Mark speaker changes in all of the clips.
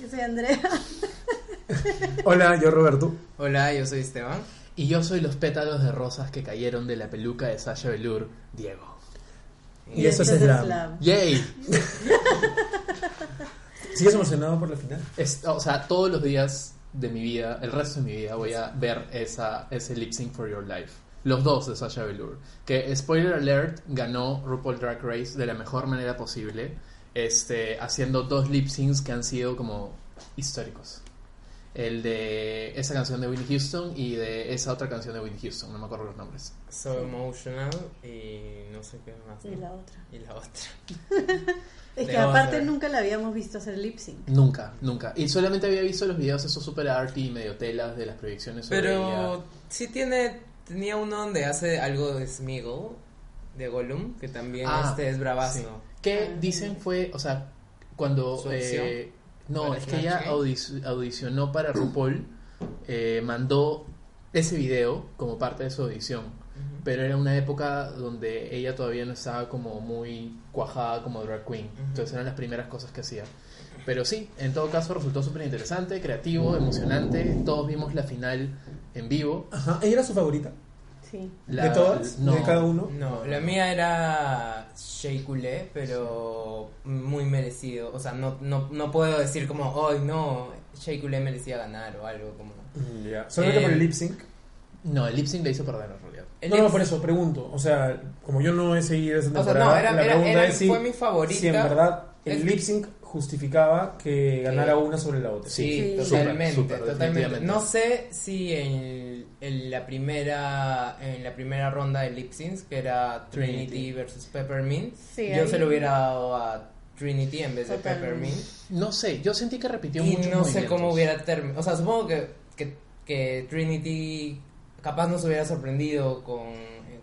Speaker 1: Yo soy Andrea.
Speaker 2: Hola, yo Roberto.
Speaker 3: Hola, yo soy Esteban.
Speaker 4: Y yo soy los pétalos de rosas que cayeron de la peluca de Sasha Velour, Diego.
Speaker 2: Y, eso
Speaker 3: este
Speaker 2: es
Speaker 1: esto
Speaker 2: Slam.
Speaker 4: ¡Yay!
Speaker 2: ¿Sigues emocionado por la final?
Speaker 4: Es- o sea, todos los días de mi vida, el resto de mi vida, voy a ver esa, ese Lip Sync for Your Life. Los dos de Sasha Velour. Que, spoiler alert, ganó RuPaul Drag Race de la mejor manera posible, este, haciendo dos lip syncs que han sido como históricos. El de esa canción de Winnie Houston y de esa otra canción de Winnie Houston, no me acuerdo los nombres.
Speaker 3: So emotional y no sé qué más.
Speaker 1: Y la otra.
Speaker 3: Y la otra.
Speaker 1: Es que
Speaker 3: Pero vamos a
Speaker 1: aparte
Speaker 3: ver.
Speaker 1: nunca la habíamos visto hacer lip sync.
Speaker 4: Nunca, nunca. Y solamente había visto los videos esos super arty y medio telas de las proyecciones sobre ella.
Speaker 3: Pero sí tiene, tenía uno donde hace algo de Smeagol, de Gollum, que también
Speaker 4: Ah,
Speaker 3: este es bravazo.
Speaker 4: Que dicen fue, o sea, cuando...
Speaker 3: Ah. ¿Su
Speaker 4: eh, no,
Speaker 3: ¿Para
Speaker 4: es que ella
Speaker 3: Snatch
Speaker 4: audi- audicionó para RuPaul, eh, mandó ese video como parte de su audición, pero era una época donde ella todavía no estaba como muy cuajada como drag queen, entonces eran las primeras cosas que hacía. Pero sí, en todo caso resultó súper interesante, creativo, emocionante, todos vimos la final en vivo.
Speaker 2: Ajá. ¿Ella era su favorita?
Speaker 1: Sí.
Speaker 4: La-
Speaker 2: ¿De todas?
Speaker 4: No,
Speaker 2: ¿De cada uno?
Speaker 3: No, la mía era Shea Coulee, pero muy merecido. O sea, no, no, no puedo decir como, ay, no, Shea Coulee merecía ganar o algo como.
Speaker 2: Mm, Ya. Solamente por el
Speaker 3: Eh,
Speaker 2: lip sync.
Speaker 4: No, el lip sync le hizo perder en realidad.
Speaker 3: El
Speaker 2: No, no,
Speaker 3: lip-
Speaker 2: por eso pregunto. O sea, como yo no he seguido esa
Speaker 3: O sea,
Speaker 2: temporada,
Speaker 3: no, era-
Speaker 2: la
Speaker 3: era-
Speaker 2: pregunta
Speaker 3: era-
Speaker 2: es si,
Speaker 3: fue mi favorita.
Speaker 2: si en verdad el
Speaker 3: Es-
Speaker 2: lip sync justificaba que ganara una sobre la otra.
Speaker 3: Sí,
Speaker 1: Sí.
Speaker 3: totalmente,
Speaker 4: Súper, súper,
Speaker 3: totalmente.
Speaker 4: definitivamente.
Speaker 3: No sé si en, en la primera en la primera ronda de lip syncs que era Trinity,
Speaker 4: Trinity.
Speaker 3: versus Peppermint,
Speaker 1: Sí,
Speaker 3: yo
Speaker 1: ahí-
Speaker 3: se lo hubiera dado a Trinity en vez de
Speaker 1: Totalmente.
Speaker 3: Peppermint.
Speaker 4: No sé, yo sentí que repitió
Speaker 3: Y
Speaker 4: mucho.
Speaker 3: no sé cómo hubiera terminado. O sea, supongo que, que, que Trinity capaz nos hubiera sorprendido con,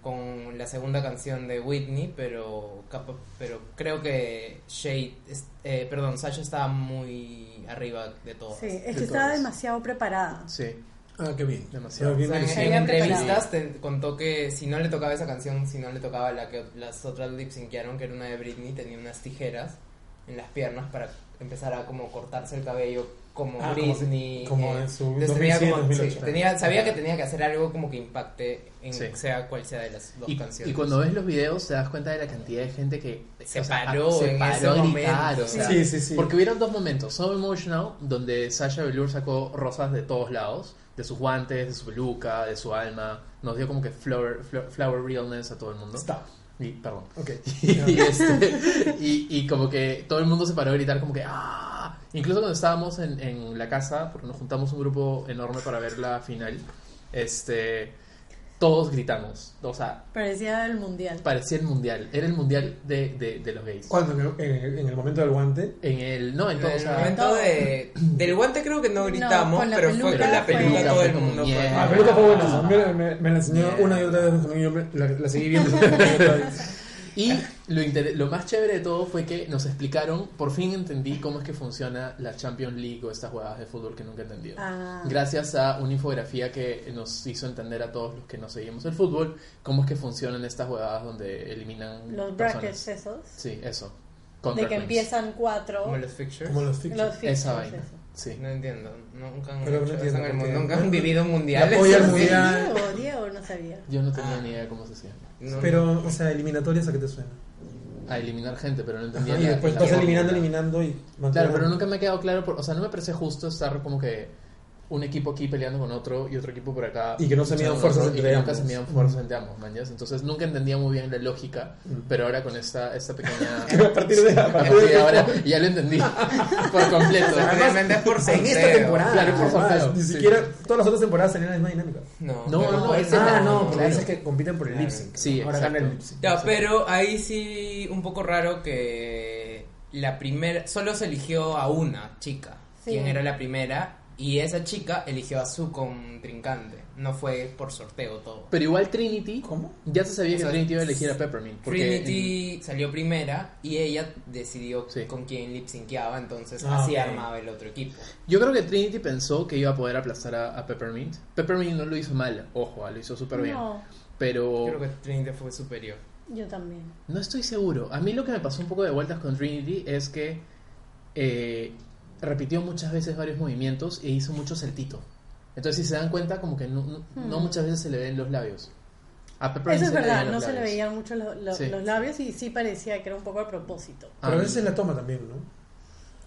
Speaker 3: con la segunda canción de Whitney, pero capa- pero creo que Shade, es- eh, perdón, Sasha estaba muy arriba de todo.
Speaker 1: Sí, es
Speaker 4: de
Speaker 1: que estaba
Speaker 4: todas.
Speaker 1: demasiado preparada.
Speaker 4: Sí,
Speaker 2: Ah, qué bien.
Speaker 4: Demasiado.
Speaker 2: Bien
Speaker 3: O sea,
Speaker 2: merecido.
Speaker 3: en
Speaker 1: Ella
Speaker 3: entrevistas te contó que si no le tocaba esa canción, si no le tocaba la que las otras lip synquearon, que era una de Britney, tenía unas tijeras en las piernas para empezar a como cortarse el cabello como
Speaker 2: Ah, como
Speaker 3: Britney. eh,
Speaker 2: si- como en su
Speaker 3: entonces tenía
Speaker 2: 2007,
Speaker 3: como-
Speaker 2: 2008.
Speaker 3: sí, tenía- sabía que tenía que hacer algo como que impacte en
Speaker 4: Sí.
Speaker 3: sea cual sea de las dos
Speaker 4: Y,
Speaker 3: canciones.
Speaker 4: y cuando ves los videos te das cuenta de la cantidad de gente que
Speaker 3: Se
Speaker 4: o sea,
Speaker 3: paró
Speaker 4: se
Speaker 3: en
Speaker 4: paró
Speaker 3: ese
Speaker 4: a gritar,
Speaker 3: momento.
Speaker 4: o sea,
Speaker 2: Sí, sí, sí.
Speaker 4: Porque hubieron dos momentos, So Emotional, donde Sasha Velour sacó rosas de todos lados, de sus guantes, de su peluca, de su alma, nos dio como que flower, flower, flower realness a todo el mundo.
Speaker 2: Stop.
Speaker 4: Y, perdón.
Speaker 2: Ok.
Speaker 4: y, este, y, y como que todo el mundo se paró a gritar como que ¡ah! Incluso cuando estábamos en, en la casa, porque nos juntamos un grupo enorme para ver la final, este, todos gritamos. O sea,
Speaker 1: Parecía el mundial.
Speaker 4: parecía el mundial. Era el mundial de, de, de los gays.
Speaker 2: Cuando en el- en el- en el momento del guante,
Speaker 4: En el... No, en
Speaker 3: En
Speaker 4: todo. o
Speaker 3: el
Speaker 4: sea,
Speaker 3: momento de, del guante creo que no
Speaker 1: No,
Speaker 3: gritamos,
Speaker 1: con la
Speaker 3: pero fue
Speaker 1: peluca
Speaker 3: con la
Speaker 1: fue-
Speaker 3: peluca todo el
Speaker 4: Fue como
Speaker 3: mundo. fue-
Speaker 4: mierda.
Speaker 2: Ah, la peluca fue buena. Me, me- me la enseñó
Speaker 3: Yeah.
Speaker 2: una y otra vez Benjamín, yo me- la, la seguí viendo. Pero
Speaker 4: Y lo, inter- lo más chévere de todo fue que nos explicaron, por fin entendí cómo es que funciona la Champions League o estas jugadas de fútbol que nunca he entendido.
Speaker 1: Ah.
Speaker 4: Gracias a una infografía que nos hizo entender a todos los que no seguimos el fútbol, cómo es que funcionan estas jugadas donde eliminan
Speaker 1: Los
Speaker 4: personas.
Speaker 1: brackets esos.
Speaker 4: Sí, eso.
Speaker 1: De
Speaker 4: Contra
Speaker 1: que
Speaker 4: queens.
Speaker 1: empiezan cuatro.
Speaker 3: Como los fixtures.
Speaker 2: Como los
Speaker 1: Los
Speaker 2: fichas.
Speaker 1: fixtures,
Speaker 4: Esa vaina.
Speaker 1: eso.
Speaker 4: Sí.
Speaker 3: No entiendo, nunca han,
Speaker 2: Pero no
Speaker 3: hecho eso
Speaker 2: entiendo
Speaker 3: en el
Speaker 2: por qué.
Speaker 3: mundo, nunca han vivido un mundial.
Speaker 2: La polla al
Speaker 3: Sí.
Speaker 2: mundial.
Speaker 1: Diego, Diego no sabía.
Speaker 4: Yo no
Speaker 2: Ah.
Speaker 4: tenía ni idea de cómo se hacía.
Speaker 3: No,
Speaker 2: Pero, o sea, eliminatorias a qué te suena.
Speaker 4: A eliminar gente, pero no entendía
Speaker 2: Ajá, y
Speaker 4: la-
Speaker 2: después
Speaker 4: la
Speaker 2: vas
Speaker 4: fórmula.
Speaker 2: eliminando, eliminando y
Speaker 4: Claro, pero nunca me ha quedado claro, por- o sea, no me parece justo estar como que un equipo aquí peleando con otro y otro equipo por acá.
Speaker 2: Y que no se midan
Speaker 4: luchando con
Speaker 2: fuerzas
Speaker 4: otro, y
Speaker 2: entre
Speaker 4: que nunca
Speaker 2: ambos.
Speaker 4: se midan fuerzas entre ambos, man, ¿ya? Entonces nunca entendía muy bien la lógica,
Speaker 2: Mm.
Speaker 4: pero ahora con esta, esta pequeña...
Speaker 2: A partir de, a
Speaker 4: a
Speaker 2: partir
Speaker 4: partir de
Speaker 2: de
Speaker 4: ahora ya lo entendí por completo.
Speaker 3: Realmente es por
Speaker 5: En esta
Speaker 3: sorteo.
Speaker 5: temporada.
Speaker 4: Claro, por
Speaker 2: O sea,
Speaker 4: favor.
Speaker 2: ni
Speaker 4: Sí.
Speaker 2: siquiera todas las otras temporadas tenían la misma dinámica.
Speaker 3: No,
Speaker 4: No,
Speaker 3: pero-
Speaker 4: no, no, es-
Speaker 5: Ah,
Speaker 4: Ah,
Speaker 5: no,
Speaker 4: no,
Speaker 5: porque
Speaker 4: claro.
Speaker 5: dices que compiten por el lip sync.
Speaker 4: Sí,
Speaker 2: Ahora
Speaker 4: exacto.
Speaker 2: gana el lip sync.
Speaker 3: Ya, pero ahí sí un poco raro que la primera solo se eligió a una chica,
Speaker 1: Sí.
Speaker 3: quien era la primera y esa chica eligió a su contrincante. No fue por sorteo todo.
Speaker 4: Pero igual Trinity...
Speaker 2: ¿Cómo?
Speaker 4: Ya se sabía que
Speaker 3: sea,
Speaker 4: Trinity iba a elegir a Peppermint. Porque
Speaker 3: Trinity salió primera y ella decidió
Speaker 4: Sí.
Speaker 3: con quién lipsinqueaba, entonces
Speaker 2: Ah,
Speaker 3: así
Speaker 2: ok.
Speaker 3: armaba el otro equipo.
Speaker 4: Yo creo que Trinity pensó que iba a poder aplastar a, a Peppermint. Peppermint no lo hizo mal, ojo, ah, lo hizo súper bien.
Speaker 1: No,
Speaker 4: Pero
Speaker 3: Creo que Trinity fue superior.
Speaker 1: yo también.
Speaker 4: no estoy seguro. A mí lo que me pasó un poco de vueltas con Trinity es que eh, repitió muchas veces varios movimientos e hizo mucho saltito. Entonces, si se dan cuenta, como que no, no- no
Speaker 1: Hmm.
Speaker 4: muchas veces se le ven los labios. A Peppermint
Speaker 1: Eso es
Speaker 4: se le
Speaker 1: verdad,
Speaker 4: veían
Speaker 1: no
Speaker 4: los
Speaker 1: se le
Speaker 4: labios.
Speaker 1: veían mucho los, los-
Speaker 4: Sí.
Speaker 1: los labios y sí parecía que era un poco a propósito.
Speaker 4: Ah,
Speaker 2: Pero a veces la toma también, ¿no?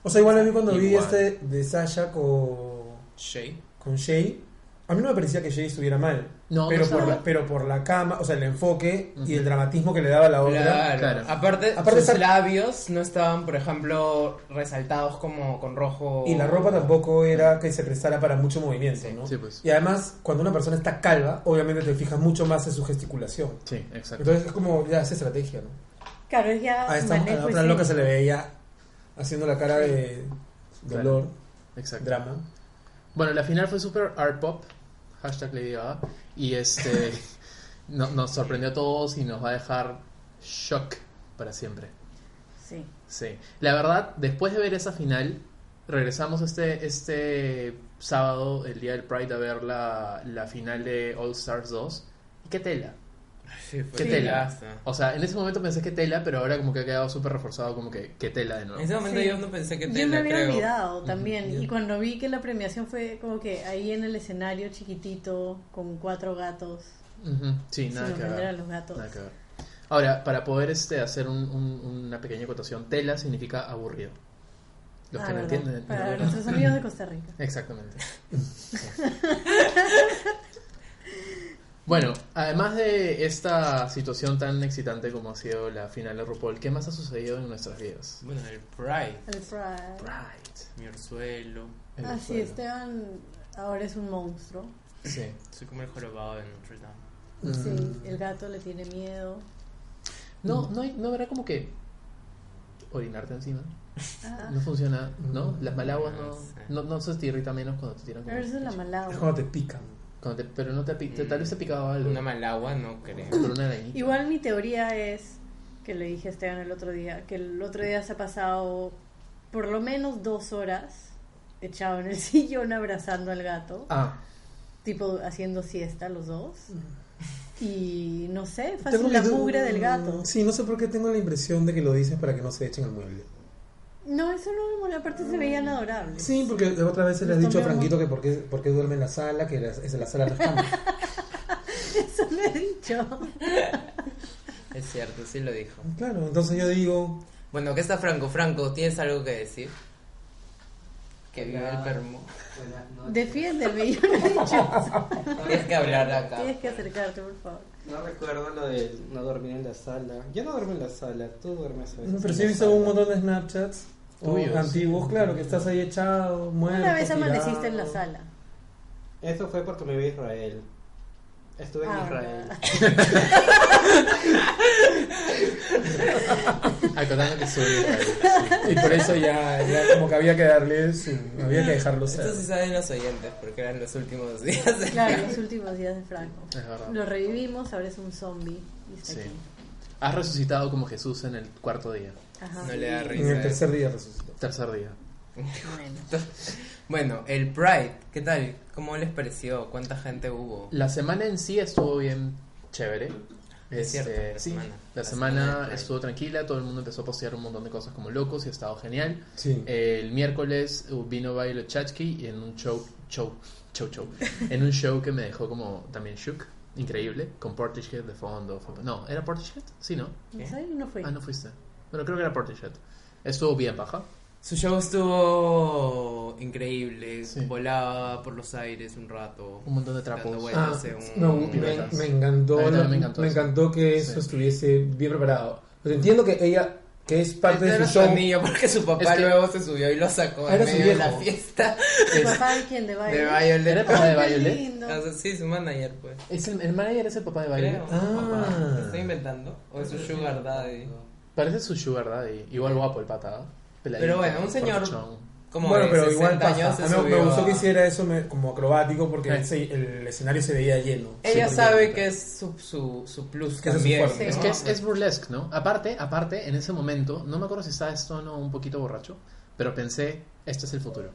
Speaker 2: O sea, igual a mí cuando vi
Speaker 4: Igual.
Speaker 2: este de Sasha con,
Speaker 3: Shay.
Speaker 2: con Shay, a mí no me parecía que Shay estuviera mal. pero,
Speaker 4: No, no
Speaker 2: por
Speaker 4: estaba
Speaker 2: la,
Speaker 4: mal.
Speaker 2: pero por la cama, o sea, el enfoque y el dramatismo que le daba la obra.
Speaker 3: Claro.
Speaker 4: Claro.
Speaker 3: Aparte,
Speaker 2: Aparte
Speaker 3: sus
Speaker 2: está-
Speaker 3: labios no estaban, por ejemplo, resaltados como con rojo.
Speaker 2: Y la ropa tampoco era que se prestara para mucho movimiento,
Speaker 3: Sí,
Speaker 2: ¿no?
Speaker 4: sí, pues.
Speaker 2: Y además, cuando una persona está calva, obviamente te fijas mucho más en su gesticulación.
Speaker 4: Sí, exacto.
Speaker 2: Entonces es como, ya, es estrategia, ¿no?
Speaker 1: Claro, es ya
Speaker 2: A esta a la
Speaker 1: manejo y Ah,
Speaker 2: otra
Speaker 1: pues sí.
Speaker 2: loca se le veía haciendo la cara de dolor,
Speaker 4: exacto.
Speaker 2: drama.
Speaker 4: Bueno, la final fue super art pop, hashtag Lady Gaga, y este no- nos sorprendió a todos y nos va a dejar shock para siempre.
Speaker 1: Sí.
Speaker 4: Sí. La verdad, después de ver esa final, regresamos este, este sábado, el día del Pride, a ver la, la final de All Stars 2. ¿Y qué tela?
Speaker 3: Sí, fue
Speaker 4: ¿Qué
Speaker 3: un
Speaker 4: tela?
Speaker 3: desastre.
Speaker 4: O sea, en ese momento pensé que tela, pero ahora como que ha quedado súper reforzado, como que qué tela de
Speaker 3: En
Speaker 4: nuevo.
Speaker 3: ese momento
Speaker 1: Sí.
Speaker 3: yo no pensé que
Speaker 1: Yo me
Speaker 3: tela,
Speaker 1: había
Speaker 3: creo.
Speaker 1: olvidado también.
Speaker 2: yo-
Speaker 1: Y cuando vi que la premiación fue como que ahí en el escenario chiquitito, con cuatro gatos,
Speaker 4: Ujú, Sí,
Speaker 1: se
Speaker 4: nada
Speaker 1: nos
Speaker 4: que ver.
Speaker 1: vendrán los gatos.
Speaker 4: Nada que ver. Ahora, para poder este, hacer un- un- una pequeña acotación, tela significa aburrido. Los
Speaker 1: Ah,
Speaker 4: que no
Speaker 1: verdad.
Speaker 4: entienden.
Speaker 1: Para
Speaker 4: no, no, no.
Speaker 1: nuestros amigos de Costa Rica.
Speaker 4: Exactamente. bueno, además de esta situación tan excitante como ha sido la final de RuPaul, ¿qué más ha sucedido en nuestras vidas?
Speaker 3: Bueno, el Pride,
Speaker 1: El Pride.
Speaker 4: Right.
Speaker 3: mi orzuelo.
Speaker 4: El
Speaker 1: Ah, sí,
Speaker 4: orzuelo.
Speaker 1: Esteban ahora es un monstruo.
Speaker 4: Sí.
Speaker 3: Soy como el jorobado de Notre Dame.
Speaker 4: Mm.
Speaker 2: Mm.
Speaker 1: Sí, el gato le tiene miedo.
Speaker 4: No,
Speaker 1: Mm.
Speaker 4: no, hay- no era como que orinarte encima.
Speaker 1: Ah,
Speaker 4: No funciona, ¿no? Las malaguas no,
Speaker 3: Sí.
Speaker 4: no, no se te irrita menos cuando te tiran como-
Speaker 1: pero eso es la
Speaker 2: Es
Speaker 1: malagua.
Speaker 2: cuando te pican.
Speaker 4: cuando te- Pero no te, pi- te- tal vez te picaba algo.
Speaker 3: Una malagua, no creo.
Speaker 4: Pero una arañita.
Speaker 1: Igual mi teoría es, que le dije a Esteban el otro día, que el otro día se ha pasado por lo menos dos horas echado en el sillón abrazando al gato,
Speaker 4: Ah,
Speaker 1: tipo haciendo siesta los dos. Y no sé,
Speaker 2: Tengo
Speaker 1: fácil la
Speaker 2: miedo-
Speaker 1: mugre del gato.
Speaker 2: Sí, no sé por qué tengo la impresión de que lo dices para que no se echen al mueble.
Speaker 1: No, eso no me molesta, aparte se veían adorables.
Speaker 2: Sí, porque de otra vez se le has
Speaker 1: Nos
Speaker 2: dicho a
Speaker 1: cambiamos.
Speaker 2: Franquito que por qué, por qué duerme en la sala, que la- es en la sala de las camas.
Speaker 1: Eso lo he dicho.
Speaker 3: Es cierto, sí lo dijo.
Speaker 2: Claro, entonces yo digo,
Speaker 3: Bueno, ¿qué está Franco? Franco, ¿tienes algo que decir? Que vive el permo.
Speaker 1: Defiéndeme, yo no he dicho eso.
Speaker 3: Tienes que hablar acá.
Speaker 1: Tienes que acercarte, por favor.
Speaker 5: No recuerdo lo de no dormir en la sala. Yo no duermo en la sala, tú duermes a veces.
Speaker 2: pero
Speaker 5: en
Speaker 2: sí he
Speaker 5: la
Speaker 2: visto
Speaker 5: sala.
Speaker 2: un montón de Snapchats o
Speaker 4: Tuyos.
Speaker 2: antiguos, claro, que estás ahí echado, muerto.
Speaker 1: Una vez amaneciste
Speaker 2: tirado.
Speaker 1: en la sala.
Speaker 5: Eso fue porque me vi a Israel. Estuve en
Speaker 1: Ah,
Speaker 5: Israel.
Speaker 4: acotando que soy Israel,
Speaker 2: Y por eso ya, ya como que había que darle su, había que dejarlo ser.
Speaker 3: Esto sí saben los oyentes, porque eran los últimos días. de-
Speaker 1: Claro, los últimos días de Franco.
Speaker 4: sí, es verdad.
Speaker 1: Lo revivimos, ahora es un zombie. Y está
Speaker 4: Sí.
Speaker 1: aquí.
Speaker 4: Has resucitado como Jesús en el cuarto día,
Speaker 1: Ajá.
Speaker 3: No le
Speaker 2: en
Speaker 3: da
Speaker 2: el
Speaker 3: risa. eso.
Speaker 2: tercer día resucitó.
Speaker 4: tercer día.
Speaker 1: Bueno.
Speaker 3: Bueno, el Pride, ¿qué tal? ¿Cómo les pareció? ¿Cuánta gente hubo?
Speaker 4: La semana en sí estuvo bien chévere.
Speaker 3: Es
Speaker 4: Este,
Speaker 3: cierto, la
Speaker 4: sí,
Speaker 3: semana.
Speaker 4: la
Speaker 3: La
Speaker 4: semana
Speaker 3: semana del Pride.
Speaker 4: estuvo tranquila, todo el mundo empezó a postear un montón de cosas como locos y ha estado genial.
Speaker 2: Sí.
Speaker 3: Eh,
Speaker 4: El miércoles vino Violet Chachki y en un show, show, show, show, en un show que me dejó como también shook, increíble, con Portishead de fondo. fue- No, ¿era Portishead? Sí, Ah, ¿no?
Speaker 1: No sé, no fue.
Speaker 4: Ah, no fuiste. Bueno, creo que era Portishead. Estuvo bien baja.
Speaker 3: Su show estuvo increíble.
Speaker 4: Sí.
Speaker 3: Volaba por los aires un rato.
Speaker 4: Un montón de
Speaker 3: Dando
Speaker 4: trapos.
Speaker 3: vueltas.
Speaker 2: Ah,
Speaker 3: hace un-
Speaker 2: no,
Speaker 3: un-
Speaker 2: me, me encantó.
Speaker 4: A mí también
Speaker 2: lo-
Speaker 4: me encantó eso.
Speaker 2: que eso
Speaker 4: Sí.
Speaker 2: estuviese bien preparado. Pues entiendo que ella, que es parte
Speaker 3: Este
Speaker 2: de
Speaker 3: era
Speaker 2: su
Speaker 3: su
Speaker 2: show.
Speaker 3: anillo porque su papá
Speaker 4: Es que-
Speaker 3: luego se subió y lo sacó
Speaker 2: Era
Speaker 3: en
Speaker 2: su
Speaker 3: medio de la
Speaker 2: viejo.
Speaker 3: fiesta
Speaker 1: ¿Tu papá de quién? ¿De
Speaker 3: de
Speaker 1: Violet?
Speaker 4: ¿Era el
Speaker 3: Violet.
Speaker 4: papá de
Speaker 1: Ay, qué
Speaker 4: Violet?
Speaker 1: lindo.
Speaker 3: O sea, sí, su manager, pues.
Speaker 4: ¿Es el, el manager es el papá de Violet.
Speaker 3: Creo.
Speaker 2: Ah.
Speaker 3: Papá. ¿Lo estoy inventando? ¿O es su sugar daddy?
Speaker 4: Parece su sugar daddy. Igual guapo el pata. ¿eh? Peladito,
Speaker 3: Pero bueno, un señor-
Speaker 4: fortachón.
Speaker 3: Como
Speaker 2: bueno,
Speaker 3: de
Speaker 2: pero
Speaker 3: 60
Speaker 2: igual pasa.
Speaker 3: años se
Speaker 2: A mí me
Speaker 3: subió
Speaker 2: gustó
Speaker 3: a-
Speaker 2: que hiciera eso me- como acrobático porque
Speaker 4: Sí.
Speaker 2: el se- el escenario se veía lleno.
Speaker 3: Ella
Speaker 2: Sí,
Speaker 3: sabe
Speaker 2: porque-
Speaker 3: que es su, su, su plus
Speaker 2: Que ese es su
Speaker 3: también.
Speaker 2: fuerte.
Speaker 4: Es
Speaker 3: ¿no?
Speaker 4: que es, es burlesque, ¿no? Aparte, aparte, en ese momento, no me acuerdo si estaba esto o no, un poquito borracho, pero pensé, este es el futuro.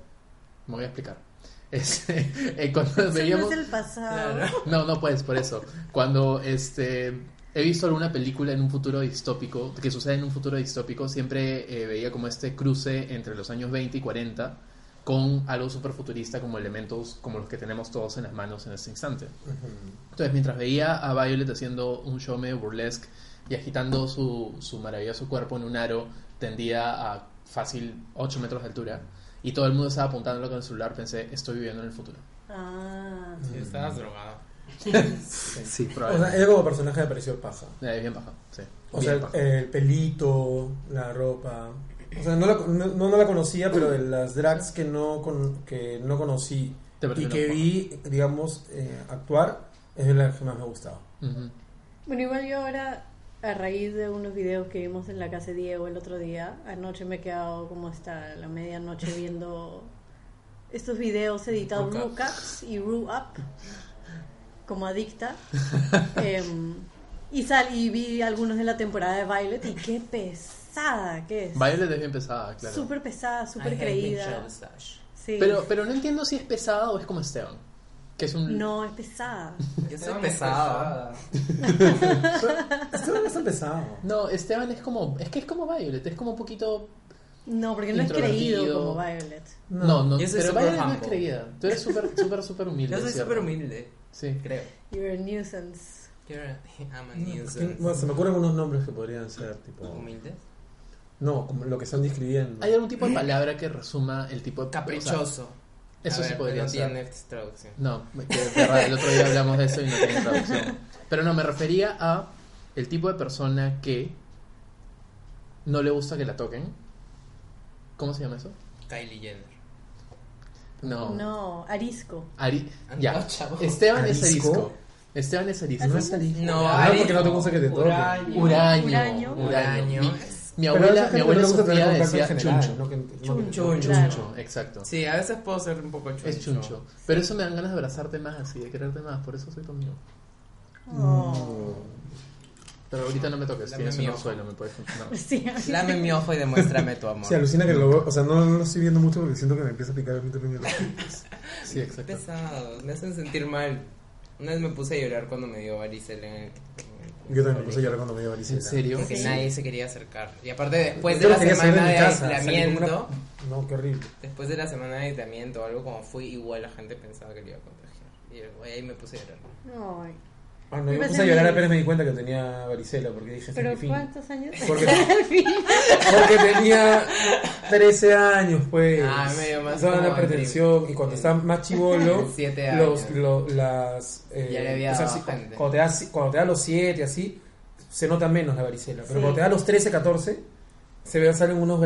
Speaker 4: Me voy a explicar. Este, eh, cuando
Speaker 1: Eso no
Speaker 4: veíamos...
Speaker 1: es el pasado.
Speaker 3: Claro.
Speaker 4: No, no puedes, por eso. Cuando este he visto alguna película en un futuro distópico, que sucede en un futuro distópico, siempre eh, veía como este cruce entre los años 20 y 40 con algo super futurista como elementos como los que tenemos todos en las manos en este instante. Entonces, mientras veía a Violet haciendo un show medio burlesque y agitando su, su maravilloso cuerpo en un aro tendida a fácil 8 metros de altura, y todo el mundo estaba apuntándolo con el celular, pensé, estoy viviendo en el futuro.
Speaker 1: Ah.
Speaker 3: Sí, estabas drogado.
Speaker 4: Sí,
Speaker 2: O sea, ella como personaje me pareció paja.
Speaker 4: Eh, bien baja, sí.
Speaker 2: O
Speaker 4: Bien
Speaker 2: sea,
Speaker 3: eh,
Speaker 4: baja.
Speaker 2: el, el pelito, la ropa. O sea, no la, no, no- no la conocía, pero de las drags que no, con- que no conocí
Speaker 4: Te pareció
Speaker 2: y que
Speaker 4: una
Speaker 2: vi, digamos, eh, actuar, es de las que más me ha gustado.
Speaker 4: Ujú.
Speaker 1: Bueno, igual yo ahora, a raíz de unos videos que vimos en la casa de Diego el otro día, anoche me he quedado como hasta la medianoche viendo estos videos editados,
Speaker 3: Rucaps.
Speaker 1: Rucaps y Ru Up, como adicta. Em, y salí y vi algunos de la temporada de Violet y qué pesada que es.
Speaker 4: Violet es bien pesada, claro.
Speaker 1: Súper pesada,
Speaker 3: I
Speaker 1: súper
Speaker 3: have been
Speaker 1: creída.
Speaker 3: shot, Sash.
Speaker 1: Sí.
Speaker 4: Pero, pero no entiendo si es pesada o es como Esteban. Que es un.
Speaker 1: No, es pesada.
Speaker 3: Yo soy pesado.
Speaker 2: Este no está pesado.
Speaker 4: No, Esteban es como. Es que es como Violet, es como un poquito.
Speaker 1: No, porque no es creído
Speaker 4: Introvertido.
Speaker 1: como Violet.
Speaker 4: No, no,
Speaker 3: Yo soy
Speaker 4: pero
Speaker 3: súper
Speaker 4: Violet no es
Speaker 3: humble.
Speaker 4: creída. Tú eres súper, súper, súper humilde.
Speaker 3: Yo soy
Speaker 4: ¿cierto?
Speaker 3: súper humilde,
Speaker 4: Sí.
Speaker 3: creo.
Speaker 1: You're a nuisance.
Speaker 3: You're a- I'm a
Speaker 2: ¿Quién-
Speaker 3: nuisance.
Speaker 2: bueno, se me ocurren unos nombres que podrían ser, tipo.
Speaker 3: ¿Humilde?
Speaker 2: No, como lo que están describiendo.
Speaker 4: ¿Hay algún tipo de
Speaker 3: Eh.
Speaker 4: palabra que resuma el tipo de. o sea,
Speaker 3: Caprichoso.
Speaker 4: eso
Speaker 3: A
Speaker 4: sí
Speaker 3: ver,
Speaker 4: podría
Speaker 3: no
Speaker 4: ser.
Speaker 3: tiene traducción.
Speaker 4: No, me- que- de verdad, el otro día hablamos de eso y no tiene traducción. Pero no, me refería a el tipo de persona que no le gusta que la toquen. ¿Cómo se llama eso?
Speaker 3: Kylie Jenner.
Speaker 4: No.
Speaker 1: No, arisco.
Speaker 4: Ari-
Speaker 3: Ando
Speaker 4: ya.
Speaker 3: Ah,
Speaker 4: Este
Speaker 3: chavo.
Speaker 4: Esteban es
Speaker 2: ¿Arisco?
Speaker 4: arisco. Esteban es arisco.
Speaker 2: No es arisco.
Speaker 3: No,
Speaker 2: Ah,
Speaker 3: Ari-
Speaker 2: porque no te gusta que te toquen.
Speaker 3: Uraño.
Speaker 4: Uraño.
Speaker 1: Uraño.
Speaker 4: Uraño. Mi,
Speaker 2: Pero
Speaker 4: mi
Speaker 3: Uraño.
Speaker 2: a esa
Speaker 4: abuela,
Speaker 2: gente
Speaker 4: mi
Speaker 2: no
Speaker 4: abuela
Speaker 2: le gusta tener
Speaker 4: Sofía
Speaker 2: contacto en
Speaker 4: decía
Speaker 2: general,
Speaker 4: chuncho.
Speaker 2: no que- no que-
Speaker 1: Chuncho,
Speaker 2: chuncho.
Speaker 1: claro.
Speaker 4: Exacto.
Speaker 3: Sí, a veces puedo ser un poco chuncho.
Speaker 4: Es chuncho. Pero eso me dan ganas de abrazarte más y de quererte más. Por eso soy conmigo.
Speaker 1: Oh.
Speaker 4: Pero ahorita no me toques.
Speaker 3: Dame
Speaker 4: Tienes
Speaker 3: mi
Speaker 4: un
Speaker 3: ojo.
Speaker 4: suelo, me puedes. no.
Speaker 1: Sí.
Speaker 3: Lame mi ojo y demuéstrame tu amor.
Speaker 2: Sí, alucina que lo veo- O sea, no lo estoy viendo mucho porque siento que me empieza a picar a mí también el ojo.
Speaker 4: Sí, exacto.
Speaker 3: Pues Pesados, me hacen sentir mal. Una vez me puse a llorar cuando me dio varicela en el.
Speaker 2: Yo también me puse a llorar cuando me dio varicela.
Speaker 4: ¿En serio?
Speaker 3: Porque
Speaker 1: Sí.
Speaker 3: nadie se quería acercar. Y aparte, después Pues de
Speaker 2: Yo
Speaker 3: la
Speaker 2: quería salir
Speaker 3: semana
Speaker 2: mi
Speaker 3: de
Speaker 2: casa, salí como una-
Speaker 3: aislamiento,
Speaker 2: No, qué horrible.
Speaker 3: después de la semana de aislamiento o algo, como fui, igual la gente pensaba que le iba a contagiar. Y yo, güey, ahí me puse a llorar.
Speaker 1: Ay.
Speaker 2: Ah, no,
Speaker 1: Me
Speaker 2: yo me
Speaker 1: parece
Speaker 2: puse a llorar
Speaker 1: muy-
Speaker 2: apenas me di cuenta que tenía varicela porque dije, "Este es mi
Speaker 1: ¿Pero
Speaker 2: fin".
Speaker 1: cuántos años?
Speaker 2: Porque-
Speaker 1: Al fin.
Speaker 2: Porque tenía 13 años, pues.
Speaker 3: Ah, medio más
Speaker 2: Estaba en la
Speaker 3: como el
Speaker 2: pretensión. Y cuando estás más chivolo,
Speaker 3: Siete
Speaker 2: los,
Speaker 3: años.
Speaker 2: lo- las. eh,
Speaker 3: Ya le había
Speaker 2: o sea,
Speaker 3: dado
Speaker 2: sí,
Speaker 3: gente.
Speaker 2: cuando, te das, cuando te da los 7, así, se nota menos la varicela. Pero
Speaker 1: Sí.
Speaker 2: cuando te da los 13, 14, se ven, salen unos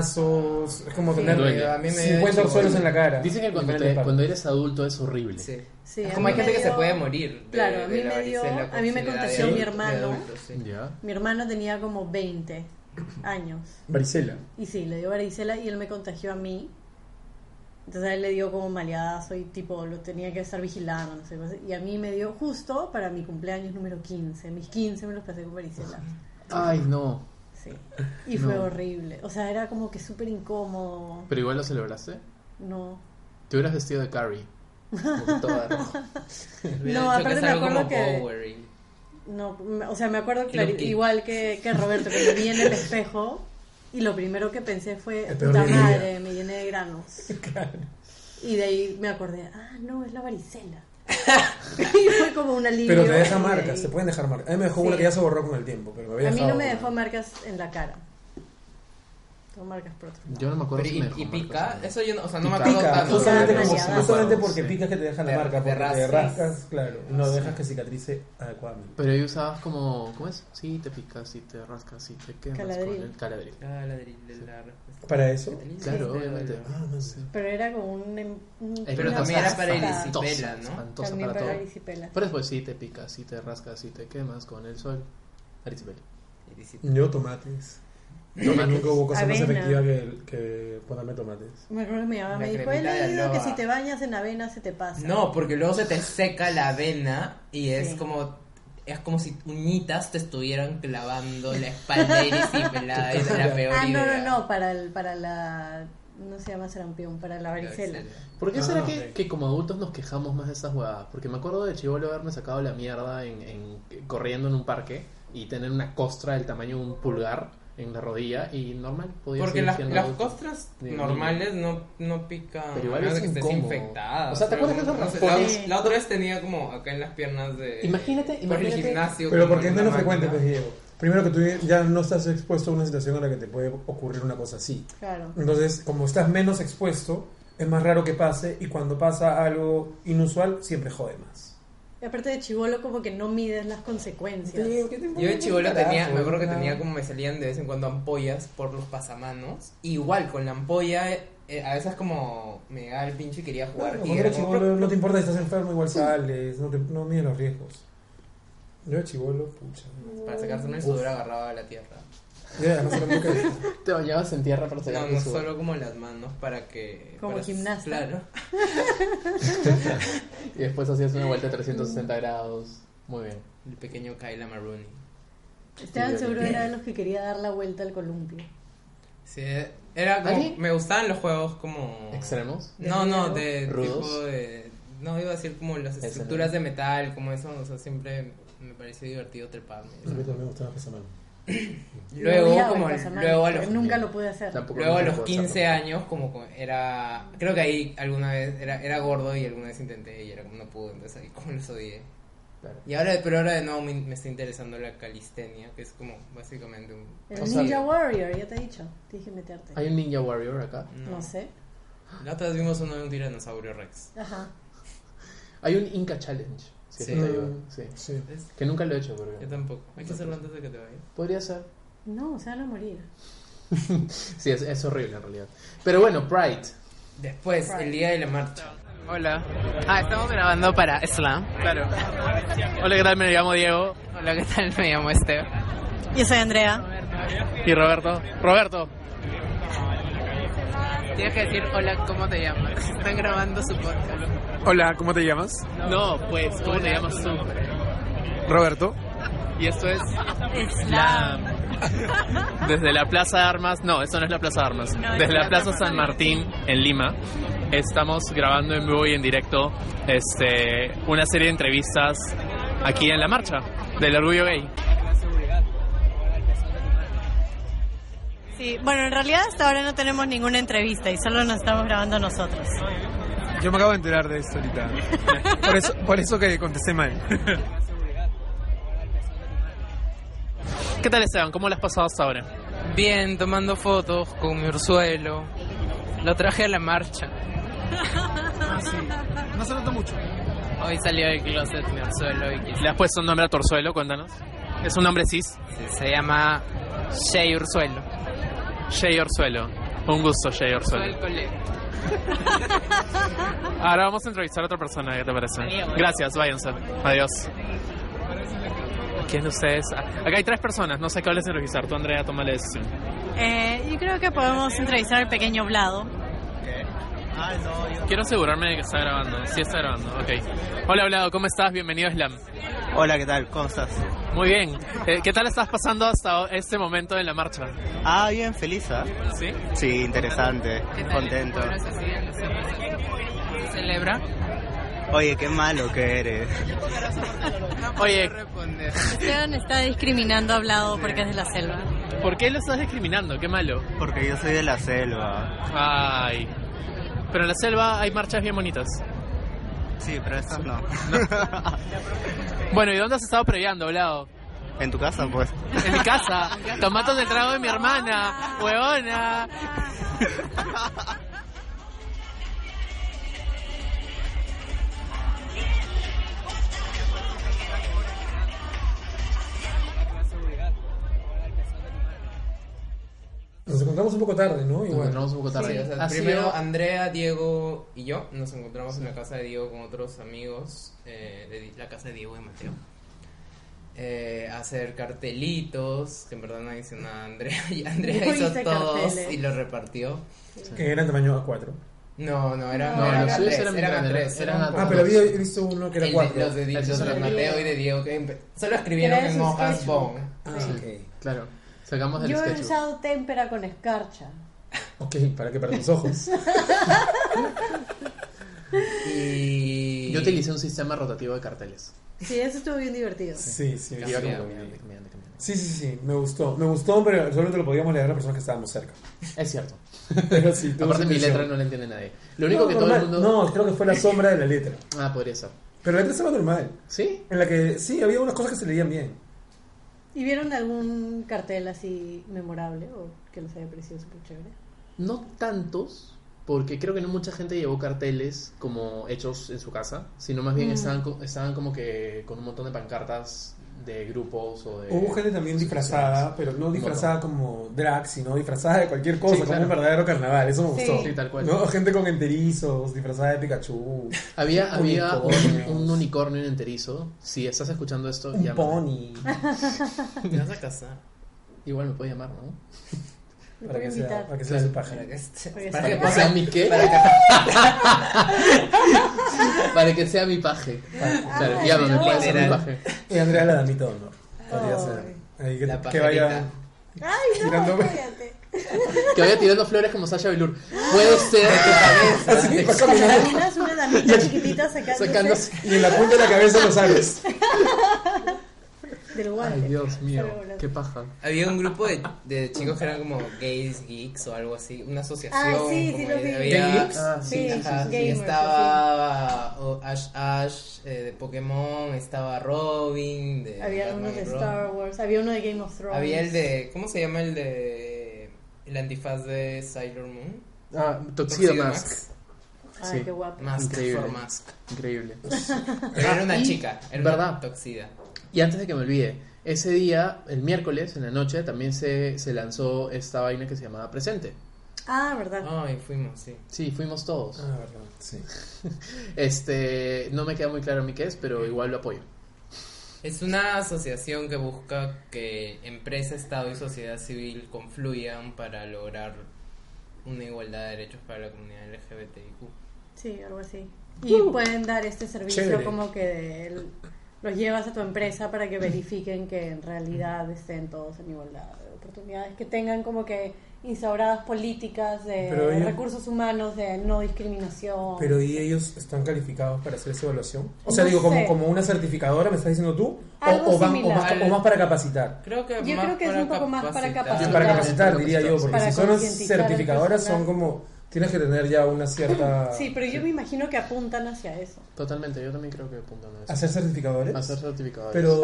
Speaker 2: granazos. Es como
Speaker 1: Sí.
Speaker 2: tener
Speaker 4: Duele.
Speaker 3: A mí me dio
Speaker 2: 50
Speaker 3: chivolo.
Speaker 2: suelos en la cara.
Speaker 4: Dicen que cuando,
Speaker 2: Y
Speaker 4: te-
Speaker 2: en la espalda.
Speaker 4: cuando eres adulto es horrible.
Speaker 3: Sí.
Speaker 1: Sí,
Speaker 3: Es
Speaker 1: a
Speaker 3: como
Speaker 1: mí
Speaker 3: hay gente
Speaker 1: me
Speaker 3: que se
Speaker 1: dio-
Speaker 3: puede morir. de-
Speaker 1: Claro, a
Speaker 3: de
Speaker 1: mí
Speaker 3: la
Speaker 1: me dio-
Speaker 3: varicela
Speaker 1: a mí me
Speaker 3: por si le da de
Speaker 1: contagió
Speaker 2: mi
Speaker 3: adulto,
Speaker 1: hermano.
Speaker 3: de adulto, sí.
Speaker 4: Ya.
Speaker 1: Mi hermano tenía como 20 años.
Speaker 2: Varicela.
Speaker 1: Y sí, le dio varicela y él me contagió a mí. Entonces a él le dio como maleadazo y tipo lo tenía que estar vigilando. No sé, cosas. y a mí me dio justo para mi cumpleaños número 15. Mis 15 me los pasé con varicela.
Speaker 4: Ay, no.
Speaker 1: Sí. Y fue
Speaker 4: No.
Speaker 1: horrible. O sea, era como que súper incómodo.
Speaker 4: Pero igual lo celebraste.
Speaker 1: No.
Speaker 4: Te hubieras vestido de Carrie. Como que toda roja.
Speaker 3: Hubiera
Speaker 1: No,
Speaker 3: dicho que
Speaker 1: aparte
Speaker 3: es
Speaker 1: me
Speaker 3: algo
Speaker 1: acuerdo
Speaker 3: como
Speaker 1: que-
Speaker 3: Bowery.
Speaker 1: No, me- o sea, me acuerdo clari-
Speaker 3: Lucky.
Speaker 1: igual que, que Roberto, que me vi en el espejo y lo primero que pensé fue,
Speaker 2: El peor
Speaker 1: puta
Speaker 2: día de mi vida".
Speaker 1: madre, me llené de granos. Y de ahí me acordé, ah, no, es la varicela. y fue como un alivio.
Speaker 2: Pero te deja
Speaker 1: y de
Speaker 2: marcas,
Speaker 1: ahí-
Speaker 2: te pueden dejar marcas. A mí me dejó
Speaker 1: Sí.
Speaker 2: una que ya se borró con el tiempo, pero me había
Speaker 1: A mí
Speaker 2: dejado
Speaker 1: no me
Speaker 2: una.
Speaker 1: dejó marcas en la cara. Son marcas protas.
Speaker 4: Yo no me acuerdo
Speaker 3: Pero
Speaker 4: si
Speaker 3: y,
Speaker 4: me dejó
Speaker 3: y
Speaker 4: marcas
Speaker 3: pica,
Speaker 4: o no.
Speaker 3: eso yo no, o sea, no me
Speaker 4: Pica.
Speaker 3: acuerdo
Speaker 2: Pica,
Speaker 3: tanto.
Speaker 2: justamente,
Speaker 3: pero-
Speaker 2: como-
Speaker 1: Sí.
Speaker 2: justamente
Speaker 4: Sí.
Speaker 2: porque picas que te dejan
Speaker 3: Te-
Speaker 2: la marca,
Speaker 3: te
Speaker 2: porque te
Speaker 3: rascas.
Speaker 2: rascas, claro, no
Speaker 3: Sí.
Speaker 2: dejas que cicatrice adecuadamente.
Speaker 4: Pero ahí usabas como. ¿Cómo es? Sí, te picas, sí, te rascas, sí, te quemas.
Speaker 1: Caladril.
Speaker 4: Con el caladril.
Speaker 3: Ah, la de- de la respuesta.
Speaker 2: ¿Para eso?
Speaker 4: Claro,
Speaker 3: Sí,
Speaker 4: obviamente.
Speaker 3: claro.
Speaker 2: Ah, no sé.
Speaker 1: Pero era como un. em- un-
Speaker 4: Es
Speaker 3: Pero
Speaker 4: una
Speaker 3: también
Speaker 4: cosa
Speaker 3: era para
Speaker 1: pasta.
Speaker 3: Elisipela,
Speaker 4: espantosa,
Speaker 3: ¿no?
Speaker 4: espantosa
Speaker 1: También
Speaker 4: para
Speaker 1: para
Speaker 4: todo.
Speaker 1: Erisipela.
Speaker 4: Pero después sí te picas, sí te rascas, sí te quemas con el sol. Arisipela.
Speaker 3: Y dice-
Speaker 2: Yo tomates.
Speaker 4: Tomates.
Speaker 2: Nunca hubo cosa más
Speaker 1: Avena.
Speaker 2: efectiva que, que ponerme tomates.
Speaker 1: Me acuerdo que mi mamá
Speaker 3: La
Speaker 1: me dijo: He
Speaker 3: cremita de
Speaker 1: leído que
Speaker 3: aloe.
Speaker 1: si te bañas en avena se te pasa.
Speaker 3: No, porque luego se te seca la vena y es
Speaker 1: Sí.
Speaker 3: como es como si uñitas te estuvieran clavando la espalda y disipelada es la peor
Speaker 1: Ah, no, no,
Speaker 3: idea.
Speaker 1: no, para, el, para la. No se llama sarampión, para la varicela.
Speaker 4: ¿Por qué
Speaker 2: Ah,
Speaker 4: será
Speaker 2: ok.
Speaker 4: que, que como adultos nos quejamos más de esas huevadas? Porque me acuerdo de chivolo haberme sacado la mierda en, en- corriendo en un parque y tener una costra del tamaño de un pulgar en la rodilla y normal podía
Speaker 3: Porque
Speaker 4: seguir
Speaker 3: las,
Speaker 4: siendo
Speaker 3: las
Speaker 4: adulto.
Speaker 3: costras
Speaker 4: Ni-
Speaker 3: normales no, no pican.
Speaker 4: Pero igual
Speaker 3: a
Speaker 4: es
Speaker 3: menos de que estés
Speaker 4: incómodo.
Speaker 3: infectada.
Speaker 4: O sea, ¿te
Speaker 3: Pero
Speaker 4: acuerdas de esos
Speaker 3: no sé, la-
Speaker 4: raspones?
Speaker 3: La, otra vez tenía como acá en las piernas de.
Speaker 4: Imagínate,
Speaker 3: por
Speaker 4: imagínate.
Speaker 3: el gimnasio.
Speaker 2: Pero
Speaker 3: como
Speaker 2: porque es
Speaker 3: en
Speaker 2: menos
Speaker 3: una
Speaker 2: frecuente, pues
Speaker 3: máquina.
Speaker 2: Diego. Primero que tú ya no estás expuesto a una situación en la que te puede ocurrir una cosa así.
Speaker 1: Claro.
Speaker 2: Entonces, como estás menos expuesto, es más raro que pase y cuando pasa algo inusual, siempre jode más.
Speaker 1: Y aparte de chivolo, como que no mides las consecuencias.
Speaker 3: Yo de chivolo tenía, me acuerdo que tenía como me salían de vez en cuando ampollas por los pasamanos. Igual con la ampolla, eh, a veces como me daba el pincho y quería jugar.
Speaker 2: Claro,
Speaker 3: y
Speaker 2: cuando
Speaker 3: era
Speaker 2: eres
Speaker 3: como,
Speaker 2: chibolo, no te importa si estás enfermo, igual sales, no, te, no mides los riesgos. Yo de chivolo, pucha.
Speaker 3: Para sacarse el sudor agarraba a la tierra.
Speaker 2: Ya, no sé lo mismo que
Speaker 4: Te bañabas en tierra para
Speaker 3: No,
Speaker 4: sacar
Speaker 3: no
Speaker 4: su-
Speaker 3: solo como las manos para que.
Speaker 1: Como
Speaker 3: para-
Speaker 1: gimnasta.
Speaker 3: Claro.
Speaker 4: Y después hacías una
Speaker 3: Mm.
Speaker 4: vuelta de 360 grados. Muy bien.
Speaker 3: El pequeño Kyla Maroney.
Speaker 4: Sí,
Speaker 1: Esteban
Speaker 4: yo
Speaker 1: seguro
Speaker 4: creo.
Speaker 1: era de los que quería dar la vuelta al columpio.
Speaker 3: Sí,
Speaker 2: ¿Ah,
Speaker 3: era como.
Speaker 4: ¿Ali?
Speaker 3: Me gustaban los juegos como.
Speaker 4: ¿Extremos?
Speaker 3: No, no, de
Speaker 4: ¿Rudos?
Speaker 3: tipo de. No, iba a decir como las
Speaker 4: Ese, ¿no?
Speaker 3: estructuras de metal, como eso. O sea, siempre me pareció divertido treparme.
Speaker 2: A mí también me gustaba pasar mal.
Speaker 1: Lo
Speaker 3: Luego,
Speaker 1: odiaba
Speaker 3: como
Speaker 1: el pasamano,
Speaker 3: luego a
Speaker 1: porque
Speaker 3: los
Speaker 1: Nunca lo pude hacer.
Speaker 4: Tampoco
Speaker 3: Luego a
Speaker 4: nunca
Speaker 3: los
Speaker 4: puedo
Speaker 3: 15
Speaker 4: hacerlo.
Speaker 3: años, como co- era. Creo que ahí alguna vez era, era gordo y alguna vez intenté y era como no pude, entonces ahí como los odié.
Speaker 4: Claro.
Speaker 3: Y ahora, pero ahora de nuevo me, me está interesando la calistenia, que es como básicamente un.
Speaker 1: El
Speaker 4: O sea,
Speaker 1: Ninja Warrior, ya te he dicho. Tienes que meterte.
Speaker 4: Hay un Ninja Warrior acá.
Speaker 3: No,
Speaker 1: No sé.
Speaker 3: La otra vez vimos uno de un tiranosaurio Rex.
Speaker 1: Ajá.
Speaker 4: Hay un Inca Challenge. Si
Speaker 3: Sí.
Speaker 4: eso te ayuda. Sí.
Speaker 2: Sí.
Speaker 3: Es-
Speaker 4: Que nunca lo he hecho, pero
Speaker 3: Yo tampoco. Hay que hacerlo antes de que te vayas.
Speaker 4: podría ser.
Speaker 1: No, se van a morir.
Speaker 4: Sí, es, es horrible en realidad. Pero bueno, Pride.
Speaker 3: Después, el día de la marcha. Hola. Ah, estamos grabando para Slam.
Speaker 4: Claro. Hola, ¿qué tal? Me llamo Diego.
Speaker 3: Hola, ¿qué tal? Me llamo Esteban.
Speaker 1: Yo soy Andrea.
Speaker 4: Y Roberto. Roberto.
Speaker 3: Tienes que decir hola, ¿cómo te llamas? Están grabando su podcast.
Speaker 6: Hola, ¿cómo te llamas?
Speaker 4: No, pues, ¿cómo te llamas tú?
Speaker 6: Roberto.
Speaker 4: Y esto es Slam. Desde la Plaza de Armas, no, esto no es la Plaza de Armas. Desde la Plaza San Martín en Lima, estamos grabando en vivo y en directo este, una serie de entrevistas aquí en la marcha del orgullo gay.
Speaker 7: Sí, bueno, en realidad hasta ahora no tenemos ninguna entrevista y solo nos estamos grabando nosotros.
Speaker 6: Yo me acabo de enterar de esto ahorita. Por eso, por eso que contesté mal.
Speaker 4: ¿Qué tal Esteban? ¿Cómo lo has pasado hasta ahora?
Speaker 3: Bien, tomando fotos con mi ursuelo. Lo traje a la marcha.
Speaker 6: No se nota mucho.
Speaker 3: Hoy salió del closet mi ursuelo y
Speaker 4: ¿Le has puesto un nombre a Torzuelo? Cuéntanos. Es un nombre cis.
Speaker 3: se, se llama Shea Ursuelo.
Speaker 4: Jay Orzuelo. Un gusto, Jay Orzuelo. Ahora vamos a entrevistar a otra persona, ¿qué te parece? Gracias, váyanse. Adiós. ¿Quién de ustedes? Ah, Acá hay tres personas, no sé qué les entrevistar. Tú, Andrea, toma la decisión.
Speaker 7: Eh, yo creo que podemos entrevistar al pequeño Vlado.
Speaker 4: Quiero asegurarme de que está grabando. Sí está grabando, ok. Hola, Vlado, ¿cómo estás? Bienvenido a Slam.
Speaker 8: Hola, ¿qué tal? ¿Cómo estás?
Speaker 4: Muy bien. Eh, ¿Qué tal estás pasando hasta este momento en la marcha?
Speaker 8: Ah, bien, feliz, ¿ah?
Speaker 4: ¿Sí?
Speaker 8: Sí, interesante, contento.
Speaker 3: ¿Celebra?
Speaker 8: Oye, qué malo que eres.
Speaker 4: Oye,
Speaker 7: Esteban está discriminando a Vlado porque es de la selva.
Speaker 4: ¿por qué lo estás discriminando? Qué malo.
Speaker 8: Porque yo soy de la selva.
Speaker 4: Ay. Pero en la selva hay marchas bien bonitas.
Speaker 8: Sí, pero estas no.
Speaker 4: Bueno, ¿y dónde has estado previando, Vlado?
Speaker 8: En tu casa, pues.
Speaker 9: En mi casa, tomando el trago de mi hermana, huevona.
Speaker 2: Nos encontramos un poco tarde, ¿no?
Speaker 4: Nos
Speaker 2: Igual.
Speaker 4: encontramos un poco tarde.
Speaker 3: Sí, o sea,
Speaker 4: Ha
Speaker 3: primero
Speaker 4: sido-
Speaker 3: Andrea, Diego y yo nos encontramos en la casa de Diego con otros amigos eh, de Di- la casa de Diego y Mateo. Eh, a hacer cartelitos, que en verdad no hizo nada Andrea. Y Andrea
Speaker 1: Yo
Speaker 3: hizo
Speaker 1: hice
Speaker 3: todos
Speaker 1: carteles.
Speaker 3: y los repartió.
Speaker 2: Que eran tamaño A4.
Speaker 3: No, no, eran,
Speaker 4: No,
Speaker 3: eran
Speaker 4: los
Speaker 3: a
Speaker 4: suyos
Speaker 3: tres,
Speaker 4: eran
Speaker 3: eran a
Speaker 4: grandes,
Speaker 3: tres.
Speaker 4: eran
Speaker 3: eran
Speaker 4: a
Speaker 3: como
Speaker 2: Ah, pero había he visto uno que era
Speaker 3: el de-
Speaker 2: 4.
Speaker 3: Los de, Di-
Speaker 4: Esos
Speaker 3: los de
Speaker 4: eran
Speaker 3: Mateo
Speaker 4: diez.
Speaker 3: y de Diego que empe- solo
Speaker 1: Era
Speaker 3: escribieron
Speaker 1: de
Speaker 3: en
Speaker 1: su
Speaker 3: hojas
Speaker 1: sketchbook.
Speaker 3: bone.
Speaker 2: Ah,
Speaker 4: Claro, sacamos del
Speaker 1: Yo he
Speaker 4: sketch.
Speaker 1: usado témpera con escarcha.
Speaker 2: ok. Ok, para que para tus ojos.
Speaker 3: Y...
Speaker 4: Yo utilicé un sistema rotativo de carteles.
Speaker 1: Sí, eso estuvo bien divertido.
Speaker 2: Sí, sí. sí.
Speaker 4: Y iba como
Speaker 3: Cambiando,
Speaker 4: cambiando, cambiando, cambiando.
Speaker 2: Sí, sí, sí, me gustó. Me gustó, pero solamente lo podíamos leer a las personas que estábamos cerca.
Speaker 4: Es cierto.
Speaker 2: Pero sí, tuvo
Speaker 4: Aparte
Speaker 2: su
Speaker 4: mi
Speaker 2: intención.
Speaker 4: letra no la entiende nadie. Lo único
Speaker 2: No,
Speaker 4: que todo el
Speaker 2: normal.
Speaker 4: mundo...
Speaker 2: No, creo que fue la sombra de la letra.
Speaker 4: Ah, podría ser.
Speaker 2: Pero la letra estaba normal.
Speaker 4: ¿Sí?
Speaker 2: En la que sí, había unas cosas que se leían bien.
Speaker 1: ¿Y vieron algún cartel así memorable o que les haya parecido súper chévere?
Speaker 4: No tantos, porque creo que no mucha gente llevó carteles como hechos en su casa, sino más bien
Speaker 1: Mm.
Speaker 4: estaban, co- estaban como que con un montón de pancartas de grupos o de...
Speaker 2: Hubo gente también disfrazada, pero no disfrazada como drag, sino disfrazada de cualquier cosa,
Speaker 4: Sí, claro.
Speaker 2: como un verdadero carnaval. Eso me gustó.
Speaker 4: Sí, tal cual.
Speaker 2: ¿No? Gente con enterizos, disfrazada de Pikachu,
Speaker 4: Había, había un,
Speaker 2: Unicornios.
Speaker 4: un unicornio en enterizo. Si estás escuchando esto,
Speaker 2: un
Speaker 4: llama.
Speaker 2: pony.
Speaker 3: Te vas a casar.
Speaker 4: Igual me puede llamar, ¿no?
Speaker 1: Me
Speaker 2: Para
Speaker 1: pueden
Speaker 2: que, sea,
Speaker 1: invitar.
Speaker 2: para que sea su página.
Speaker 3: Para que, este-
Speaker 1: Para que
Speaker 3: para que
Speaker 4: Para que sea
Speaker 3: pase
Speaker 4: mi qué. Para que sea mi paje. Claro, llámame,
Speaker 1: Ah, no.
Speaker 4: puede ser mi
Speaker 3: Literal.
Speaker 4: paje.
Speaker 2: Y Andrea la damita de honor. Podría
Speaker 1: Ay.
Speaker 2: ser. Ahí que,
Speaker 3: La
Speaker 2: que vaya.
Speaker 3: pajarita.
Speaker 1: ¡Ay, no!
Speaker 2: Tirándome.
Speaker 1: cállate.
Speaker 4: Que vaya tirando flores como Sasha Velour. Puede ser
Speaker 2: Así, va
Speaker 1: Te
Speaker 2: caminando.
Speaker 1: imaginas una damita chiquitita sacándose,
Speaker 4: sacándose.
Speaker 2: Y en la punta de la cabeza lo sabes.
Speaker 1: del guante.
Speaker 4: Ay, Dios mío,
Speaker 1: Sale volando.
Speaker 4: qué paja.
Speaker 3: Había un grupo de, de chicos que eran como gays, geeks o algo así, una asociación.
Speaker 1: Ah, sí, sí
Speaker 3: como
Speaker 1: lo
Speaker 3: que
Speaker 1: vi.
Speaker 3: había-
Speaker 4: ¿Gay geeks? Ah,
Speaker 1: sí, sí, sí, sí,
Speaker 3: ajá, y
Speaker 1: sí. Gamers,
Speaker 3: estaba o, Ash Ash eh, de Pokémon, estaba Robin. De
Speaker 1: Había
Speaker 3: Batman
Speaker 1: uno
Speaker 3: y
Speaker 1: de
Speaker 3: Robin.
Speaker 1: Star Wars, había uno de Game of Thrones.
Speaker 3: Había el de. ¿Cómo se llama el de. El antifaz de Sailor Moon?
Speaker 4: Ah, Tuxedo
Speaker 3: Tuxedo
Speaker 4: Mask.
Speaker 1: Ay,
Speaker 4: sí.
Speaker 1: qué guapo.
Speaker 3: Mask
Speaker 4: Increíble.
Speaker 3: for Mask.
Speaker 4: Increíble.
Speaker 3: Pero era una
Speaker 4: y-
Speaker 3: chica, era
Speaker 4: ¿verdad?
Speaker 3: una toxida.
Speaker 4: Y antes de que me olvide, ese día, el miércoles, en la noche, también se, se lanzó esta vaina que se llamaba Presente.
Speaker 1: Ah, verdad.
Speaker 3: Ay, fuimos, sí.
Speaker 4: Sí, fuimos todos.
Speaker 2: Ah, verdad, sí.
Speaker 4: Este, no me queda muy claro a mí qué es, pero igual lo apoyo.
Speaker 3: Es una asociación que busca que empresa, Estado y sociedad civil confluyan para lograr una igualdad de derechos para la comunidad LGBTIQ.
Speaker 1: Sí, algo así. Y pueden dar este servicio
Speaker 2: Uh. Chévere.
Speaker 1: como que de- el- los llevas a tu empresa para que verifiquen que en realidad estén todos en igualdad de oportunidades, que tengan como que instauradas políticas de
Speaker 2: Pero ellos-
Speaker 1: recursos humanos, de no discriminación.
Speaker 2: Pero ¿y ellos están calificados para hacer esa evaluación? O
Speaker 1: No
Speaker 2: sea, digo, como,
Speaker 1: sé.
Speaker 2: como una certificadora, ¿me estás diciendo tú?
Speaker 1: Algo
Speaker 2: O, o van- o
Speaker 1: similar.
Speaker 2: más, o más para capacitar.
Speaker 3: Creo que
Speaker 1: Yo
Speaker 3: más
Speaker 1: creo que es
Speaker 3: para
Speaker 1: un poco más para
Speaker 2: Sí,
Speaker 1: capacitar.
Speaker 2: para
Speaker 1: Claro.
Speaker 2: capacitar, diría yo, porque
Speaker 1: Para
Speaker 2: si son
Speaker 1: concientizar al
Speaker 2: certificadoras,
Speaker 1: personal.
Speaker 2: son como. Tienes que tener ya una cierta.
Speaker 1: sí, pero yo me imagino que apuntan hacia eso.
Speaker 4: Totalmente, yo también creo que apuntan a eso.
Speaker 2: ¿Hacer certificadores?
Speaker 4: Hacer certificadores.
Speaker 2: Pero.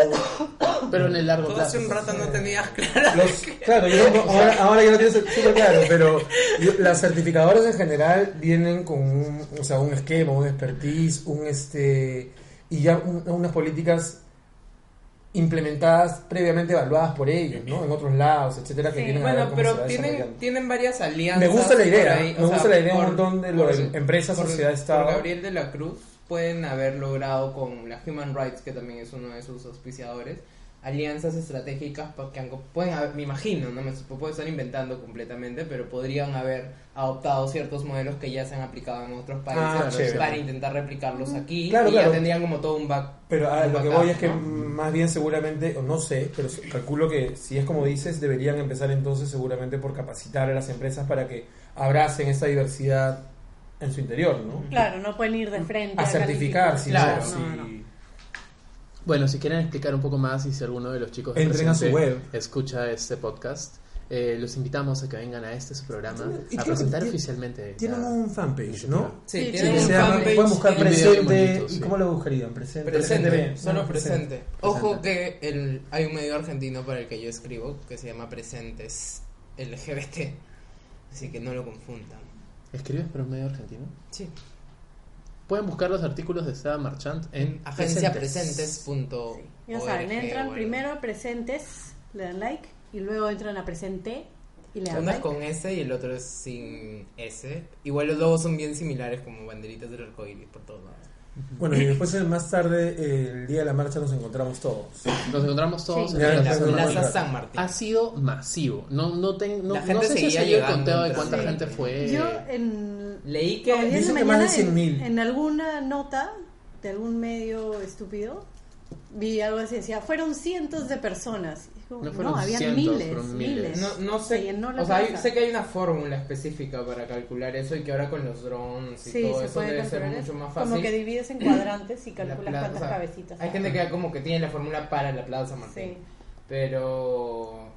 Speaker 4: Pero en el largo
Speaker 3: Todo
Speaker 4: plazo.
Speaker 3: hace un rato no tenías claro.
Speaker 2: Los, claro, yo no- ahora, ahora ya lo tienes súper claro, pero yo- las certificadoras en general vienen con un, o sea, un esquema, un expertise, un este y ya un- unas políticas implementadas previamente evaluadas por ellos, ¿no? En otros lados, etcétera, que
Speaker 1: Sí.
Speaker 2: tienen
Speaker 3: Bueno, pero tienen,
Speaker 2: tienen
Speaker 3: tienen varias alianzas.
Speaker 2: Me gusta la
Speaker 3: por
Speaker 2: idea,
Speaker 3: ahí,
Speaker 2: me
Speaker 3: o
Speaker 2: gusta
Speaker 3: sea,
Speaker 2: la idea un
Speaker 3: por-
Speaker 2: montón de lo
Speaker 3: por-
Speaker 2: de empresa,
Speaker 3: por-
Speaker 2: sociedad,
Speaker 3: por
Speaker 2: Estado.
Speaker 3: Gabriel de la Cruz pueden haber logrado con la Human Rights, que también es uno de sus auspiciadores, alianzas estratégicas pa- que han co- pueden haber- me imagino, no me sup- puedo estar inventando completamente, pero podrían haber adoptado ciertos modelos que ya se han aplicado en otros países
Speaker 2: Ah, chévere.
Speaker 3: para intentar replicarlos aquí
Speaker 2: Claro,
Speaker 3: y
Speaker 2: claro.
Speaker 3: ya tendrían como todo un back.
Speaker 2: Pero ah,
Speaker 3: un
Speaker 2: lo que
Speaker 3: backup,
Speaker 2: voy es que
Speaker 3: ¿no?
Speaker 2: más bien seguramente, o no sé, pero calculo que si es como dices, deberían empezar entonces seguramente por capacitar a las empresas para que abracen esta diversidad en su interior, ¿no?
Speaker 1: Claro, no pueden ir de frente
Speaker 2: A certificar, si
Speaker 1: sí.
Speaker 2: no,
Speaker 3: Claro,
Speaker 2: si-
Speaker 1: no, no.
Speaker 4: Bueno, si quieren explicar un poco más y si alguno de los chicos de
Speaker 2: Entren a su
Speaker 4: Presente
Speaker 2: web.
Speaker 4: escucha este podcast, eh, los invitamos a que vengan a este su programa
Speaker 2: Y
Speaker 4: a
Speaker 2: creo que
Speaker 4: presentar
Speaker 2: ti-
Speaker 4: oficialmente.
Speaker 2: Tienen
Speaker 4: la-
Speaker 2: un fanpage, ¿no?
Speaker 3: Sí,
Speaker 2: Que
Speaker 3: tienen un
Speaker 2: se llama-
Speaker 3: fanpage.
Speaker 2: Pueden buscar
Speaker 3: Y videos
Speaker 2: presente.
Speaker 4: bonitos,
Speaker 2: ¿Y
Speaker 4: sí.
Speaker 2: cómo lo buscarían? Presente.
Speaker 3: Presente,
Speaker 2: B,
Speaker 3: solo
Speaker 2: ¿no?
Speaker 3: presente.
Speaker 2: Presente.
Speaker 3: Ojo que el, hay un medio argentino para el que yo escribo que se llama Presentes LGBT, así que no lo confundan.
Speaker 4: ¿Escribes para un medio argentino?
Speaker 3: Sí.
Speaker 4: Pueden buscar los artículos de Seda Marchant en
Speaker 3: Agenciapresentes.org.
Speaker 1: Ya saben, entran primero a presentes, le dan like y luego entran a presente y le dan
Speaker 3: Uno es
Speaker 1: like.
Speaker 3: con S y el otro es sin S. Igual los dos son bien similares como banderitas del arcoíris por todos lados.
Speaker 2: Bueno, y después eh, más tarde, eh, el día de la marcha, nos encontramos todos.
Speaker 4: Nos encontramos todos
Speaker 2: Sí.
Speaker 4: en
Speaker 2: Ya,
Speaker 4: la
Speaker 2: ya,
Speaker 4: plaza
Speaker 2: ya, ya.
Speaker 4: Marchant.
Speaker 3: Plaza San Martín.
Speaker 4: Ha sido masivo. No, no, ten- no,
Speaker 3: La
Speaker 4: no
Speaker 3: gente
Speaker 4: sé si
Speaker 3: seguía
Speaker 4: se el
Speaker 3: llegando,
Speaker 4: conteo de
Speaker 3: entrando.
Speaker 4: cuánta
Speaker 3: Sí.
Speaker 4: gente fue.
Speaker 1: Yo eh, en
Speaker 3: Leí
Speaker 1: como
Speaker 3: que
Speaker 1: diez de
Speaker 2: dicen
Speaker 1: la
Speaker 2: que más de
Speaker 1: mañana, en-
Speaker 2: 100.000.
Speaker 1: en alguna nota de algún medio estúpido vi algo así, decía, fueron cientos de personas. Y digo,
Speaker 4: No
Speaker 1: no,
Speaker 4: fueron
Speaker 1: habían
Speaker 4: cientos,
Speaker 1: miles,
Speaker 4: fueron miles".
Speaker 1: miles.
Speaker 3: No, no
Speaker 1: Se
Speaker 3: sé.
Speaker 1: llenó la
Speaker 3: O sea, hay-
Speaker 1: plaza.
Speaker 3: sé que hay una fórmula específica para calcular eso y que ahora con los drones y
Speaker 1: Sí,
Speaker 3: todo
Speaker 1: se
Speaker 3: eso debe
Speaker 1: puede
Speaker 3: ser
Speaker 1: calcular.
Speaker 3: mucho
Speaker 1: eso.
Speaker 3: más fácil.
Speaker 1: Como que divides en cuadrantes y
Speaker 3: La
Speaker 1: calculas
Speaker 3: plaza,
Speaker 1: cuántas
Speaker 3: o sea,
Speaker 1: cabecitas.
Speaker 3: Hay gente que como que tiene la fórmula para la Plaza San Martín.
Speaker 1: Sí.
Speaker 3: Pero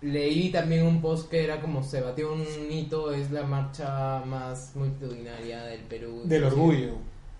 Speaker 3: leí también un post que era como se batió un hito, es la marcha más multitudinaria del Perú.
Speaker 2: Del
Speaker 3: Sí.
Speaker 2: orgullo.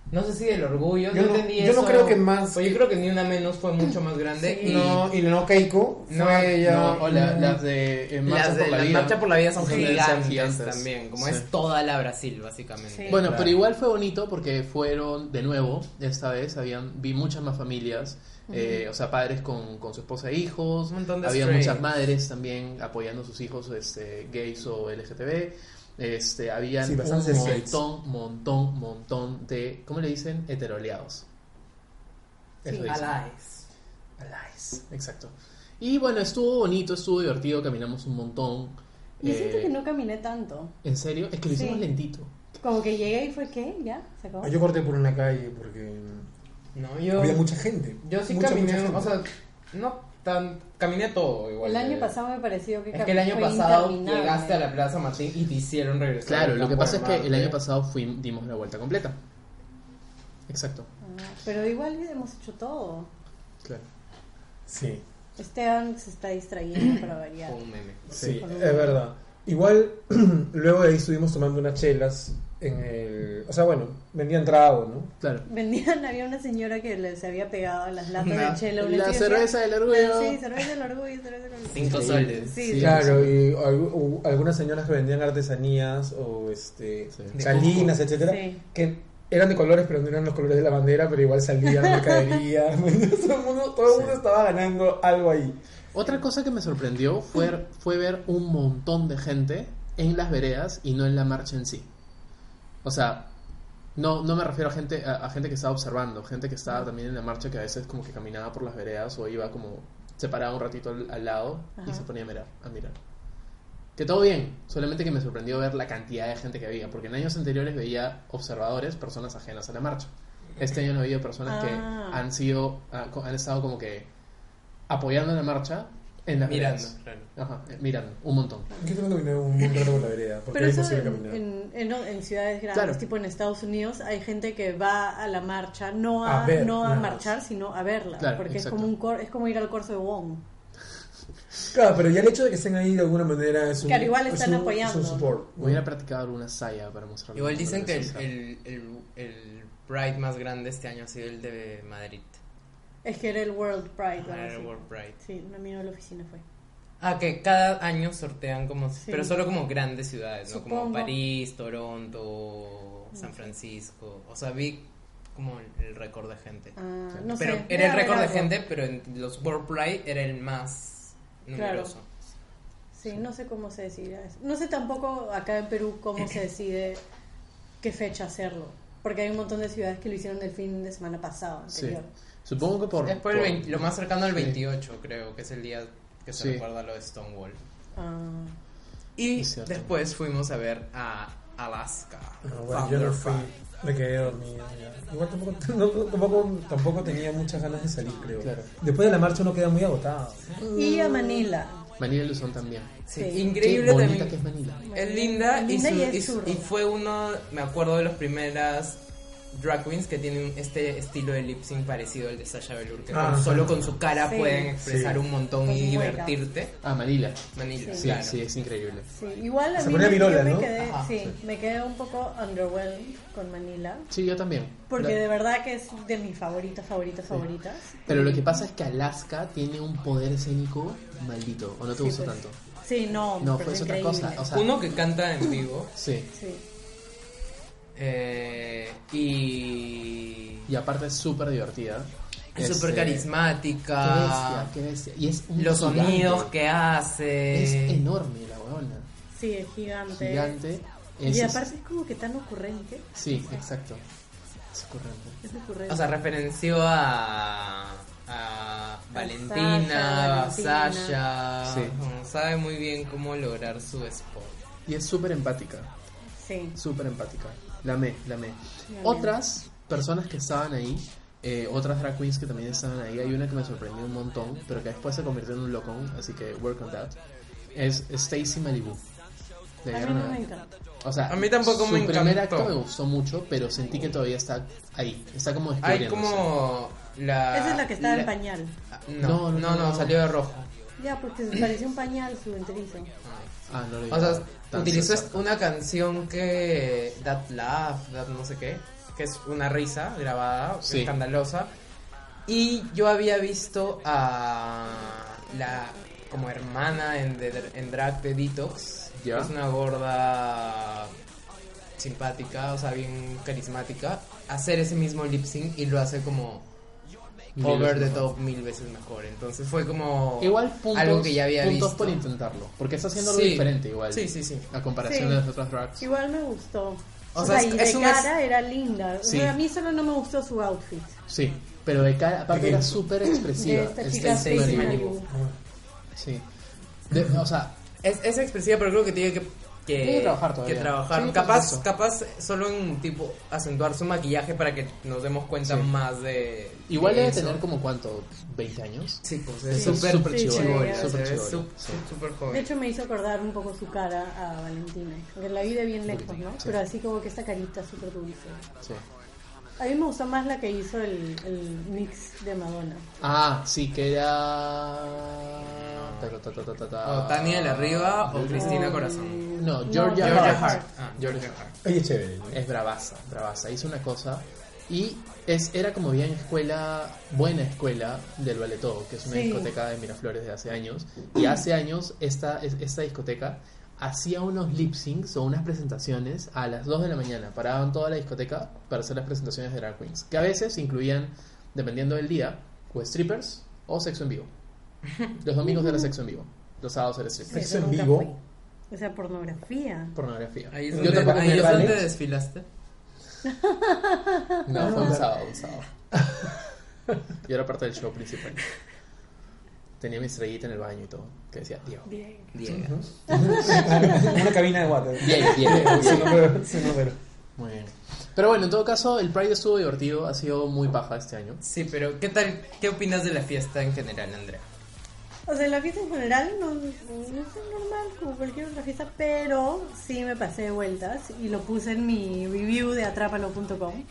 Speaker 3: No sé si del orgullo,
Speaker 2: Yo
Speaker 3: yo,
Speaker 2: no-
Speaker 3: entendí
Speaker 2: yo no
Speaker 3: eso.
Speaker 2: creo que más-
Speaker 3: Pues yo creo que ni una menos fue mucho más grande. y
Speaker 2: No, y no Keiko.
Speaker 3: No,
Speaker 2: fue ya-
Speaker 4: No, o la- las de eh, Marcha
Speaker 3: las de
Speaker 4: por la
Speaker 3: la
Speaker 4: Vida.
Speaker 3: marcha por la vida son
Speaker 4: Son
Speaker 3: gigantes,
Speaker 4: gigantes.
Speaker 3: también, como
Speaker 4: Sí.
Speaker 3: es toda la Brasil básicamente.
Speaker 1: Sí.
Speaker 4: Bueno,
Speaker 2: Claro.
Speaker 4: pero igual fue bonito porque fueron de nuevo, esta vez habían, vi muchas más familias, eh, o sea, padres con, con su esposa e hijos,
Speaker 3: Un montón de
Speaker 4: había
Speaker 3: strays.
Speaker 4: muchas madres también apoyando a sus hijos este, gays o LGTB, este, habían
Speaker 2: Sí,
Speaker 4: un
Speaker 2: bastantes strays.
Speaker 4: montón, montón, montón de, ¿cómo le dicen? Heteroleados. Eso dicen.
Speaker 3: Allies.
Speaker 4: Allies, Exacto. Y bueno, estuvo bonito, estuvo divertido, caminamos un montón.
Speaker 1: Yo siento
Speaker 4: Eh,
Speaker 1: que no caminé tanto.
Speaker 4: ¿En serio? Es que lo
Speaker 1: Sí.
Speaker 4: hicimos lentito.
Speaker 1: Como que llegué y fue, ¿qué? ¿Ya? ¿Se acabó?
Speaker 2: Ah, Yo corté por una calle porque
Speaker 3: No, yo
Speaker 2: había mucha gente.
Speaker 3: Yo sí
Speaker 2: Mucha,
Speaker 3: caminé,
Speaker 2: mucha gente.
Speaker 3: o sea, no tan. Caminé todo igual.
Speaker 1: el año
Speaker 3: Eh,
Speaker 1: pasado me pareció que
Speaker 3: Es que el año
Speaker 1: fue
Speaker 3: pasado
Speaker 1: interminable.
Speaker 3: llegaste a la Plaza Martín y te hicieron regresar.
Speaker 4: Claro,
Speaker 3: al
Speaker 4: lo que
Speaker 3: campo
Speaker 4: pasa es que
Speaker 3: armado,
Speaker 4: el
Speaker 3: ¿eh?
Speaker 4: año pasado fuimos, dimos la vuelta completa. Exacto.
Speaker 1: Ah, Pero igual hemos hecho todo.
Speaker 4: Claro.
Speaker 2: Sí,
Speaker 1: Esteban se está distrayendo para variar.
Speaker 3: Fue un meme.
Speaker 2: sí, es verdad. Igual, luego de ahí estuvimos tomando unas chelas en el... O sea, bueno, vendían trago, ¿no?
Speaker 4: Claro.
Speaker 1: Vendían, había una señora que le- se había pegado a las latas
Speaker 3: Una-
Speaker 1: de chela. una
Speaker 4: La
Speaker 1: tía decía,
Speaker 4: cerveza del orgullo.
Speaker 1: Ah, Sí, cerveza del orgullo, cerveza del orgullo.
Speaker 3: Cinco
Speaker 4: Sí.
Speaker 3: soles.
Speaker 1: Sí,
Speaker 4: Sí,
Speaker 2: Claro, y algu- u- algunas señoras que vendían artesanías o este
Speaker 4: Sí.
Speaker 2: chalinas, etcétera,
Speaker 1: Sí.
Speaker 2: que eran de colores, pero no eran los colores de la bandera, pero igual salían mercadería. todo el mundo, todo el mundo estaba ganando algo ahí.
Speaker 4: Otra cosa que me sorprendió fue, fue ver un montón de gente en las veredas y no en la marcha en sí. O sea, no, no me refiero a gente, a, a gente que estaba observando, gente que estaba también en la marcha que a veces como que caminaba por las veredas o iba como se paraba un ratito al, al lado y
Speaker 1: Ajá.
Speaker 4: se ponía a mirar, a mirar. Que todo bien, solamente que me sorprendió ver la cantidad de gente que había, porque en años anteriores veía observadores, personas ajenas a la marcha. Este año no había personas que
Speaker 1: Ah.
Speaker 4: han sido, ah, co- han estado como que apoyando la marcha en las
Speaker 3: Mirando,
Speaker 4: veredas.
Speaker 3: claro.
Speaker 4: Ajá, eh, mirando, un montón.
Speaker 2: Yo tengo que caminar un, un rato por la vereda, porque
Speaker 1: Pero
Speaker 2: es
Speaker 1: eso
Speaker 2: imposible
Speaker 1: en,
Speaker 2: caminar.
Speaker 1: en, en- no, en ciudades grandes,
Speaker 4: Claro.
Speaker 1: tipo en Estados Unidos, hay gente que va a la marcha, no a,
Speaker 2: A ver,
Speaker 1: no a
Speaker 2: nada más.
Speaker 1: marchar, sino a verla.
Speaker 4: Claro,
Speaker 1: porque
Speaker 4: exacto.
Speaker 1: es como un cor- es como ir al corso de Wong.
Speaker 2: Claro, pero ya el hecho de que estén ahí de alguna manera es un.
Speaker 1: Claro, igual
Speaker 2: es
Speaker 1: están
Speaker 2: un-
Speaker 1: apoyando.
Speaker 2: Es un support. Ah,
Speaker 4: Voy a ir a practicar alguna saya para mostrar.
Speaker 3: Igual dicen que el, el, el, el Pride más grande este año ha sido el de Madrid.
Speaker 1: Es que era el World Pride. algo
Speaker 3: Ah, era el
Speaker 1: así.
Speaker 3: World Pride.
Speaker 1: Sí, un amigo de la oficina fue.
Speaker 3: Ah, que cada año sortean como.
Speaker 1: Sí.
Speaker 3: Pero solo como grandes ciudades, ¿no? Como
Speaker 1: Supongo.
Speaker 3: París, Toronto, San Francisco. O sea, vi como el- el récord de gente.
Speaker 1: Ah, no
Speaker 3: pero
Speaker 1: sé, debe
Speaker 3: era el
Speaker 1: haber
Speaker 3: récord de
Speaker 1: algo.
Speaker 3: gente, pero en los World Pride era el más
Speaker 1: Claro.
Speaker 3: numeroso.
Speaker 1: Sí, no sé cómo se decidirá eso. No sé tampoco acá en Perú cómo se decide qué fecha hacerlo. Porque hay un montón de ciudades que lo hicieron el fin de semana pasado.
Speaker 4: Sí.
Speaker 1: Anterior.
Speaker 4: Supongo que por.
Speaker 3: Es por el
Speaker 4: por-
Speaker 3: 20 lo más cercano al
Speaker 4: Sí.
Speaker 3: 28, creo, que es el día que se
Speaker 4: Sí.
Speaker 3: recuerda lo de Stonewall.
Speaker 1: Ah,
Speaker 3: Y
Speaker 4: Es cierto.
Speaker 3: después fuimos a ver a Alaska.
Speaker 2: No, bueno, yo no fui. Me quedé dormido. ya. Igual tampoco, no- tampoco, tampoco tenía muchas ganas de salir, creo.
Speaker 4: Claro.
Speaker 2: Después de la marcha uno queda muy agotado.
Speaker 1: Y a Manila.
Speaker 4: Manila Luzón también.
Speaker 3: Sí,
Speaker 1: Sí.
Speaker 3: increíble
Speaker 4: Qué bonita
Speaker 3: también.
Speaker 4: que es Manila.
Speaker 3: Es linda, y,
Speaker 1: Linda
Speaker 3: su-
Speaker 1: y es
Speaker 3: y su-
Speaker 1: churro.
Speaker 3: y fue uno, me acuerdo de las primeras drag queens que tienen este estilo de lip sync parecido al de Sasha Velour, que
Speaker 4: Ah,
Speaker 3: con-
Speaker 4: sí.
Speaker 3: solo con su cara
Speaker 1: Sí.
Speaker 3: pueden expresar
Speaker 4: Sí.
Speaker 3: un montón
Speaker 1: Con
Speaker 3: y
Speaker 1: muecas.
Speaker 3: divertirte.
Speaker 4: Ah, Manila.
Speaker 3: Manila,
Speaker 4: sí,
Speaker 3: claro.
Speaker 4: sí, es increíble.
Speaker 1: Sí, igual a
Speaker 4: Se
Speaker 1: mí
Speaker 4: ponía
Speaker 1: me,
Speaker 4: virola,
Speaker 1: yo me
Speaker 4: ¿no?
Speaker 1: quedé,
Speaker 4: Ajá,
Speaker 1: sí, me quedé un poco underwhelmed con Manila.
Speaker 4: Sí, yo también.
Speaker 1: Porque
Speaker 4: La-
Speaker 1: de verdad que es de mis favoritas, favoritas, favoritas.
Speaker 4: Pero lo que pasa es que Alaska tiene un poder escénico maldito, o no te
Speaker 1: Sí,
Speaker 4: gustó
Speaker 1: pues.
Speaker 4: tanto.
Speaker 1: Sí, no,
Speaker 4: No,
Speaker 1: me
Speaker 4: pues
Speaker 1: parece
Speaker 4: otra
Speaker 1: increíble.
Speaker 4: cosa, o sea-
Speaker 3: Uno que canta en vivo
Speaker 4: Sí.
Speaker 1: Sí.
Speaker 3: eh, y
Speaker 4: Y aparte es súper divertida.
Speaker 3: es
Speaker 4: Este,
Speaker 3: súper carismática.
Speaker 4: eh, Qué bestia, qué bestia. Y es un
Speaker 3: Los
Speaker 4: gigante.
Speaker 3: sonidos que hace.
Speaker 4: Es enorme la huevona.
Speaker 1: Sí, es gigante.
Speaker 4: Gigante. Es-
Speaker 1: Y aparte es como que tan ocurrente.
Speaker 4: Sí, exacto. Es correcto.
Speaker 1: Es ocurrente.
Speaker 3: O sea, referenció a, a Valentina, a
Speaker 1: Sasha,
Speaker 3: Sasha.
Speaker 1: Valentina.
Speaker 4: Sí.
Speaker 3: Como Sabe muy bien cómo lograr su spot.
Speaker 4: Y es súper empática.
Speaker 1: Sí.
Speaker 4: Súper empática. La amé, la amé.
Speaker 1: La amé.
Speaker 4: Otras personas que estaban ahí, eh, otras drag queens que también estaban ahí, hay una que me sorprendió un montón, pero que después se convirtió en un locón, así que work on that. Es Stacy Malibu.
Speaker 1: A
Speaker 4: ¿Le
Speaker 1: mí
Speaker 4: llegaron
Speaker 1: no
Speaker 4: a
Speaker 1: me
Speaker 4: ver?
Speaker 1: encanta.
Speaker 4: O sea,
Speaker 3: A mí tampoco
Speaker 4: su
Speaker 3: me
Speaker 4: primer
Speaker 3: encantó.
Speaker 4: acto me gustó mucho, pero sentí que todavía está ahí. Está como
Speaker 3: Hay
Speaker 4: descubriéndose.
Speaker 3: como la.
Speaker 1: Esa es la que estaba en
Speaker 3: la-
Speaker 1: pañal.
Speaker 3: No no no, salió de rojo.
Speaker 1: Ya, porque se parecía un pañal su enterizo.
Speaker 4: Ah, no lo
Speaker 3: O sea,
Speaker 4: Tan
Speaker 3: utilizó
Speaker 4: sensato.
Speaker 3: una canción que. That Laugh, That no sé qué. Que es una risa grabada,
Speaker 4: Sí.
Speaker 3: escandalosa. Y yo había visto a. La. Como hermana en, de- en drag de Detox.
Speaker 4: Ya.
Speaker 3: que Es una gorda. Simpática, o sea, bien carismática. Hacer ese mismo lip sync y lo hace como.
Speaker 4: Mil veces
Speaker 3: Over the
Speaker 4: mejor.
Speaker 3: top mil veces mejor. Entonces fue como.
Speaker 4: Igual puntos,
Speaker 3: algo que ya había
Speaker 4: puntos
Speaker 3: visto.
Speaker 4: por intentarlo, porque está haciendo algo
Speaker 3: Sí.
Speaker 4: diferente igual.
Speaker 3: Sí, sí, sí.
Speaker 4: A comparación
Speaker 1: Sí.
Speaker 4: de las otras drags.
Speaker 1: Igual me gustó.
Speaker 3: O
Speaker 1: O,
Speaker 3: sea,
Speaker 1: sea,
Speaker 3: es-
Speaker 1: y
Speaker 3: es
Speaker 1: de
Speaker 3: un-
Speaker 1: cara era linda.
Speaker 4: Sí.
Speaker 1: A mí solo no me gustó su outfit.
Speaker 4: Sí, pero de cara, aparte
Speaker 2: Sí.
Speaker 4: era súper expresiva.
Speaker 1: De esta
Speaker 4: el
Speaker 1: chica
Speaker 4: Stacy
Speaker 1: Stacy
Speaker 4: Malibu.
Speaker 1: Malibu.
Speaker 4: Sí. De- o sea,
Speaker 3: Es, es expresiva, pero creo que tiene que, que,
Speaker 4: Tiene que trabajar todavía.
Speaker 3: que trabajar.
Speaker 4: Sí, por
Speaker 3: capaz,
Speaker 4: supuesto.
Speaker 3: capaz solo en tipo acentuar su maquillaje para que nos demos cuenta
Speaker 4: Sí.
Speaker 3: más de.
Speaker 4: igual
Speaker 3: de
Speaker 4: debe
Speaker 3: eso.
Speaker 4: tener como cuánto, 20 años.
Speaker 3: Sí, pues
Speaker 4: Es
Speaker 3: es súper
Speaker 4: súper
Speaker 3: sí,
Speaker 4: chivola,
Speaker 3: chivola,
Speaker 1: súper
Speaker 3: se ve
Speaker 4: chivola,
Speaker 3: sup-
Speaker 4: sí.
Speaker 3: súper
Speaker 1: De
Speaker 3: joven.
Speaker 1: hecho me hizo acordar un poco su cara a Valentina, porque la vi de bien lejos, ¿no?
Speaker 4: Sí.
Speaker 1: Pero así como que esta carita súper dulce.
Speaker 4: Sí.
Speaker 1: A mí me gustó más la que hizo el, el mix de Madonna.
Speaker 4: Ah, sí, que era. Ta, ta, ta, ta, ta, ta, ta.
Speaker 3: O Tania de la Riva o
Speaker 1: Em,
Speaker 3: Cristina Corazón.
Speaker 4: No,
Speaker 1: No,
Speaker 4: Georgia,
Speaker 3: Georgia
Speaker 4: Hart.
Speaker 3: Hart. Ah, Georgia Hart.
Speaker 2: Ella es chévere. ¿no?
Speaker 4: Es bravaza, bravaza. Hizo una cosa y es, era como bien escuela, buena escuela del Vale Todo, que es una
Speaker 1: Sí.
Speaker 4: discoteca de Miraflores de hace años. Y hace años esta, es- esta discoteca hacía unos lip syncs o unas presentaciones a las 2 de la mañana. Paraban toda la discoteca para hacer las presentaciones de drag queens, que a veces incluían, dependiendo del día, o strippers o sexo en vivo. Los domingos era sexo en vivo, los sábados era
Speaker 1: Sí,
Speaker 4: strippers.
Speaker 2: ¿Sexo en
Speaker 1: nunca
Speaker 2: vivo?
Speaker 1: fui. O sea, pornografía.
Speaker 4: Pornografía.
Speaker 3: Ahí es
Speaker 4: Yo
Speaker 3: donde,
Speaker 4: tampoco
Speaker 3: ahí
Speaker 4: me
Speaker 3: es
Speaker 4: vale.
Speaker 3: donde desfilaste.
Speaker 4: No, fue un sábado, un sábado. Yo era parte del show principal. Tenía mi estrellita en el baño y todo, que decía, Diego.
Speaker 1: Bien.
Speaker 3: Diego.
Speaker 2: Una cabina de water.
Speaker 4: Diego, Diego.
Speaker 2: Sí, no, pero, sí, no, pero.
Speaker 4: Muy bien. Pero bueno, en todo caso, el Pride estuvo divertido, ha sido muy paja este año.
Speaker 3: Sí, pero ¿qué tal? ¿Qué opinas de la fiesta en general, Andrea?
Speaker 1: O sea, la fiesta en general no, no es normal como cualquier otra fiesta, pero sí me pasé de vueltas y lo puse en mi review de atrápalo.com.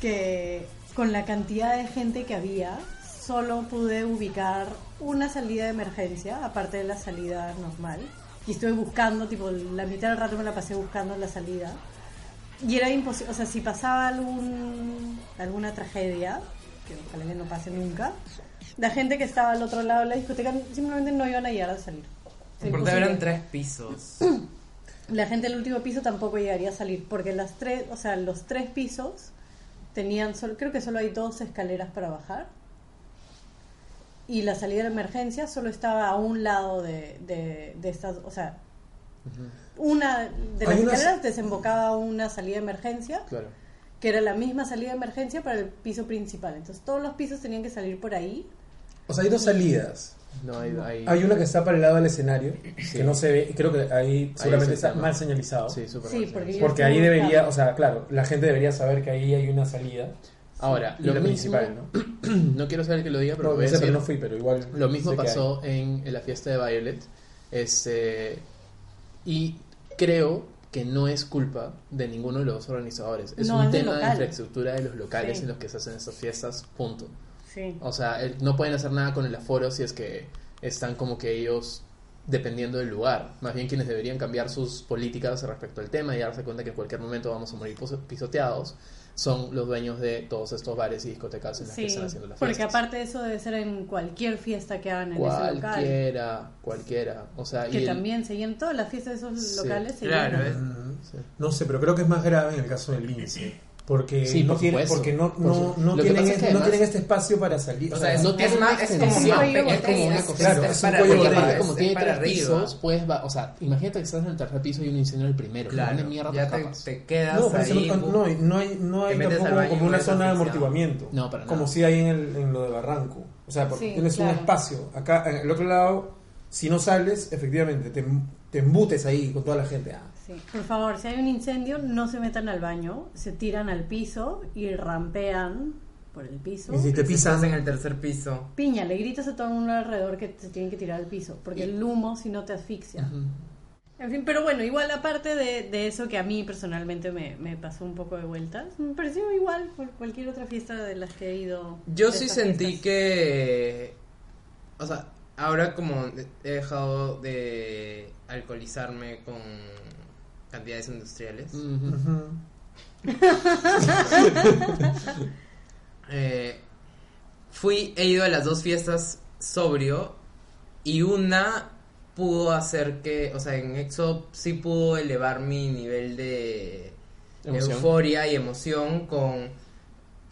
Speaker 1: Que con la cantidad de gente que había, solo pude ubicar una salida de emergencia, aparte de la salida normal. Y estuve buscando, tipo, la mitad del rato me la pasé buscando la salida. Y era imposible, o sea, si pasaba algún, alguna tragedia, que ojalá que no pase nunca, la gente que estaba al otro lado de la discoteca simplemente no iban a llegar a salir. O sea,
Speaker 3: Porque
Speaker 1: imposible.
Speaker 3: eran tres pisos.
Speaker 1: La gente del último piso tampoco llegaría a salir, porque las tres, o sea, los tres pisos tenían, sol- creo que solo hay dos escaleras para bajar. Y la salida de emergencia solo estaba a un lado de, de, de estas, o sea, una de las
Speaker 2: Hay unas-
Speaker 1: escaleras desembocaba a una salida de emergencia
Speaker 4: Claro.
Speaker 1: que era la misma salida de emergencia para el piso principal. Entonces todos los pisos tenían que salir por ahí.
Speaker 2: O sea, hay dos salidas.
Speaker 4: No hay. hay-
Speaker 2: Hay una que está para el lado del escenario,
Speaker 4: Sí.
Speaker 2: que no se ve, y creo que ahí
Speaker 4: es el
Speaker 2: seguramente está
Speaker 4: tema.
Speaker 2: mal señalizado.
Speaker 4: Sí, súper
Speaker 1: Sí,
Speaker 4: mal,
Speaker 1: porque
Speaker 4: sí.
Speaker 1: yo
Speaker 2: Porque
Speaker 1: estuve
Speaker 2: ahí debería,
Speaker 1: buscando.
Speaker 2: o sea, claro, la gente debería saber que ahí hay una salida.
Speaker 4: Ahora,
Speaker 2: Y
Speaker 4: lo
Speaker 2: la
Speaker 4: mismo,
Speaker 2: principal, ¿no?
Speaker 4: no quiero saber que lo diga, pero
Speaker 2: No,
Speaker 4: lo voy a
Speaker 2: no sé, pero
Speaker 4: decir.
Speaker 2: no fui, pero igual.
Speaker 4: Lo mismo
Speaker 2: sé que hay.
Speaker 4: pasó en, en la fiesta de Violet. Este, y creo que no es culpa de ninguno de los organizadores. Es
Speaker 1: No,
Speaker 4: un
Speaker 1: es del
Speaker 4: tema de
Speaker 1: local.
Speaker 4: infraestructura de los locales
Speaker 1: Sí.
Speaker 4: en los que se hacen estas fiestas, punto.
Speaker 1: Sí.
Speaker 4: O sea, el- no pueden hacer nada con el aforo si es que están como que ellos dependiendo del lugar. Más bien quienes deberían cambiar sus políticas respecto al tema y darse cuenta que en cualquier momento vamos a morir pos- pisoteados son los dueños de todos estos bares y discotecas en las que
Speaker 1: Sí,
Speaker 4: están haciendo las
Speaker 1: porque
Speaker 4: fiestas.
Speaker 1: aparte eso debe ser en cualquier fiesta que hagan en ese local.
Speaker 4: Cualquiera, cualquiera. O sea,
Speaker 1: Que
Speaker 4: y el-
Speaker 1: también se llenan todas las fiestas de esos
Speaker 4: Sí.
Speaker 1: locales. Se
Speaker 4: Claro,
Speaker 1: llenan.
Speaker 2: No sé, pero creo que es más grave en el caso del lince. Porque
Speaker 4: Sí,
Speaker 2: no,
Speaker 4: por
Speaker 2: tienen,
Speaker 4: supuesto.
Speaker 2: porque no,
Speaker 4: Por
Speaker 2: no,
Speaker 4: supuesto.
Speaker 2: no,
Speaker 4: Lo que
Speaker 2: tienen,
Speaker 4: pasa es que
Speaker 2: no
Speaker 4: además-
Speaker 2: tienen este espacio para salir.
Speaker 3: O sea, es,
Speaker 4: no
Speaker 3: es
Speaker 4: tiene
Speaker 3: más, es como,
Speaker 4: extensión.
Speaker 3: más,
Speaker 1: Sí,
Speaker 3: pe- es como una
Speaker 1: es-
Speaker 3: cosita.
Speaker 2: claro, es un
Speaker 3: para
Speaker 2: cuello
Speaker 4: Porque
Speaker 2: de
Speaker 3: arriba,
Speaker 4: aparte,
Speaker 2: botella,
Speaker 4: como
Speaker 3: es
Speaker 4: tiene
Speaker 3: para
Speaker 4: tres
Speaker 3: arriba.
Speaker 4: pisos, puedes ba- o sea, imagínate que estás en el tercer piso y un incendio en el primero.
Speaker 3: Claro,
Speaker 4: ¿Dónde mierda te
Speaker 3: ya te,
Speaker 4: escapas?
Speaker 3: te quedas
Speaker 2: No, pero eso
Speaker 3: ahí.
Speaker 2: no,
Speaker 3: bu-
Speaker 2: no hay, no hay, no
Speaker 3: Te
Speaker 2: hay
Speaker 3: metes al
Speaker 2: tampoco
Speaker 3: baño
Speaker 2: como
Speaker 3: y
Speaker 2: una
Speaker 3: no
Speaker 2: zona de
Speaker 3: estás
Speaker 2: amortiguamiento.
Speaker 4: No, para nada.
Speaker 2: Como si hay en, el- en lo de Barranco. O sea, porque
Speaker 1: Sí,
Speaker 2: tienes un
Speaker 1: claro.
Speaker 2: espacio. Acá, en el otro lado, si no sales, efectivamente, te, te embutes ahí con toda la gente. Ah,
Speaker 1: Sí. Por favor, si hay un incendio, no se metan al baño, se tiran al piso y rampean por el piso.
Speaker 2: Y si te
Speaker 3: Estás en
Speaker 2: pisan,
Speaker 3: el tercer piso.
Speaker 1: Piña, le gritas a todo el mundo alrededor que se tienen que tirar al piso, porque el humo si no te asfixia. En fin, pero bueno, igual aparte de, de eso que a mí personalmente me, me pasó un poco de vueltas, me pareció igual por cualquier otra fiesta de las que he ido.
Speaker 3: Yo
Speaker 1: de
Speaker 3: sí
Speaker 1: estas
Speaker 3: sentí
Speaker 1: fiestas.
Speaker 3: que. O sea, ahora como he dejado de alcoholizarme con cantidades industriales,
Speaker 4: Ujú.
Speaker 2: ujú.
Speaker 3: eh, fui, he ido a las dos fiestas sobrio y una pudo hacer que, o sea, en EXO sí pudo elevar mi nivel de
Speaker 4: Emoción.
Speaker 3: euforia y emoción con...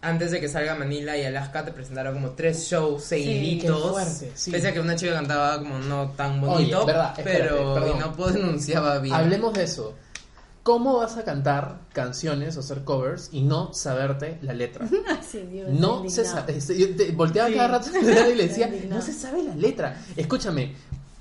Speaker 3: Antes de que salga Manila y Alaska te presentaron como tres shows seguiditos.
Speaker 4: fuerte, sí.
Speaker 3: Pese a que una chica cantaba como no tan
Speaker 4: Oye,
Speaker 3: bonito,
Speaker 4: verdad, espérate,
Speaker 3: pero
Speaker 4: perdón.
Speaker 3: y no pronunciaba bien.
Speaker 4: Hablemos de eso. ¿Cómo vas a cantar canciones o hacer covers y no saberte la letra?
Speaker 1: Sí, Dios,
Speaker 4: No
Speaker 1: indignado.
Speaker 4: se sabe. Yo te- volteaba
Speaker 1: Sí.
Speaker 4: cada rato y le decía,
Speaker 1: Indignado.
Speaker 4: no se sabe la letra. Escúchame,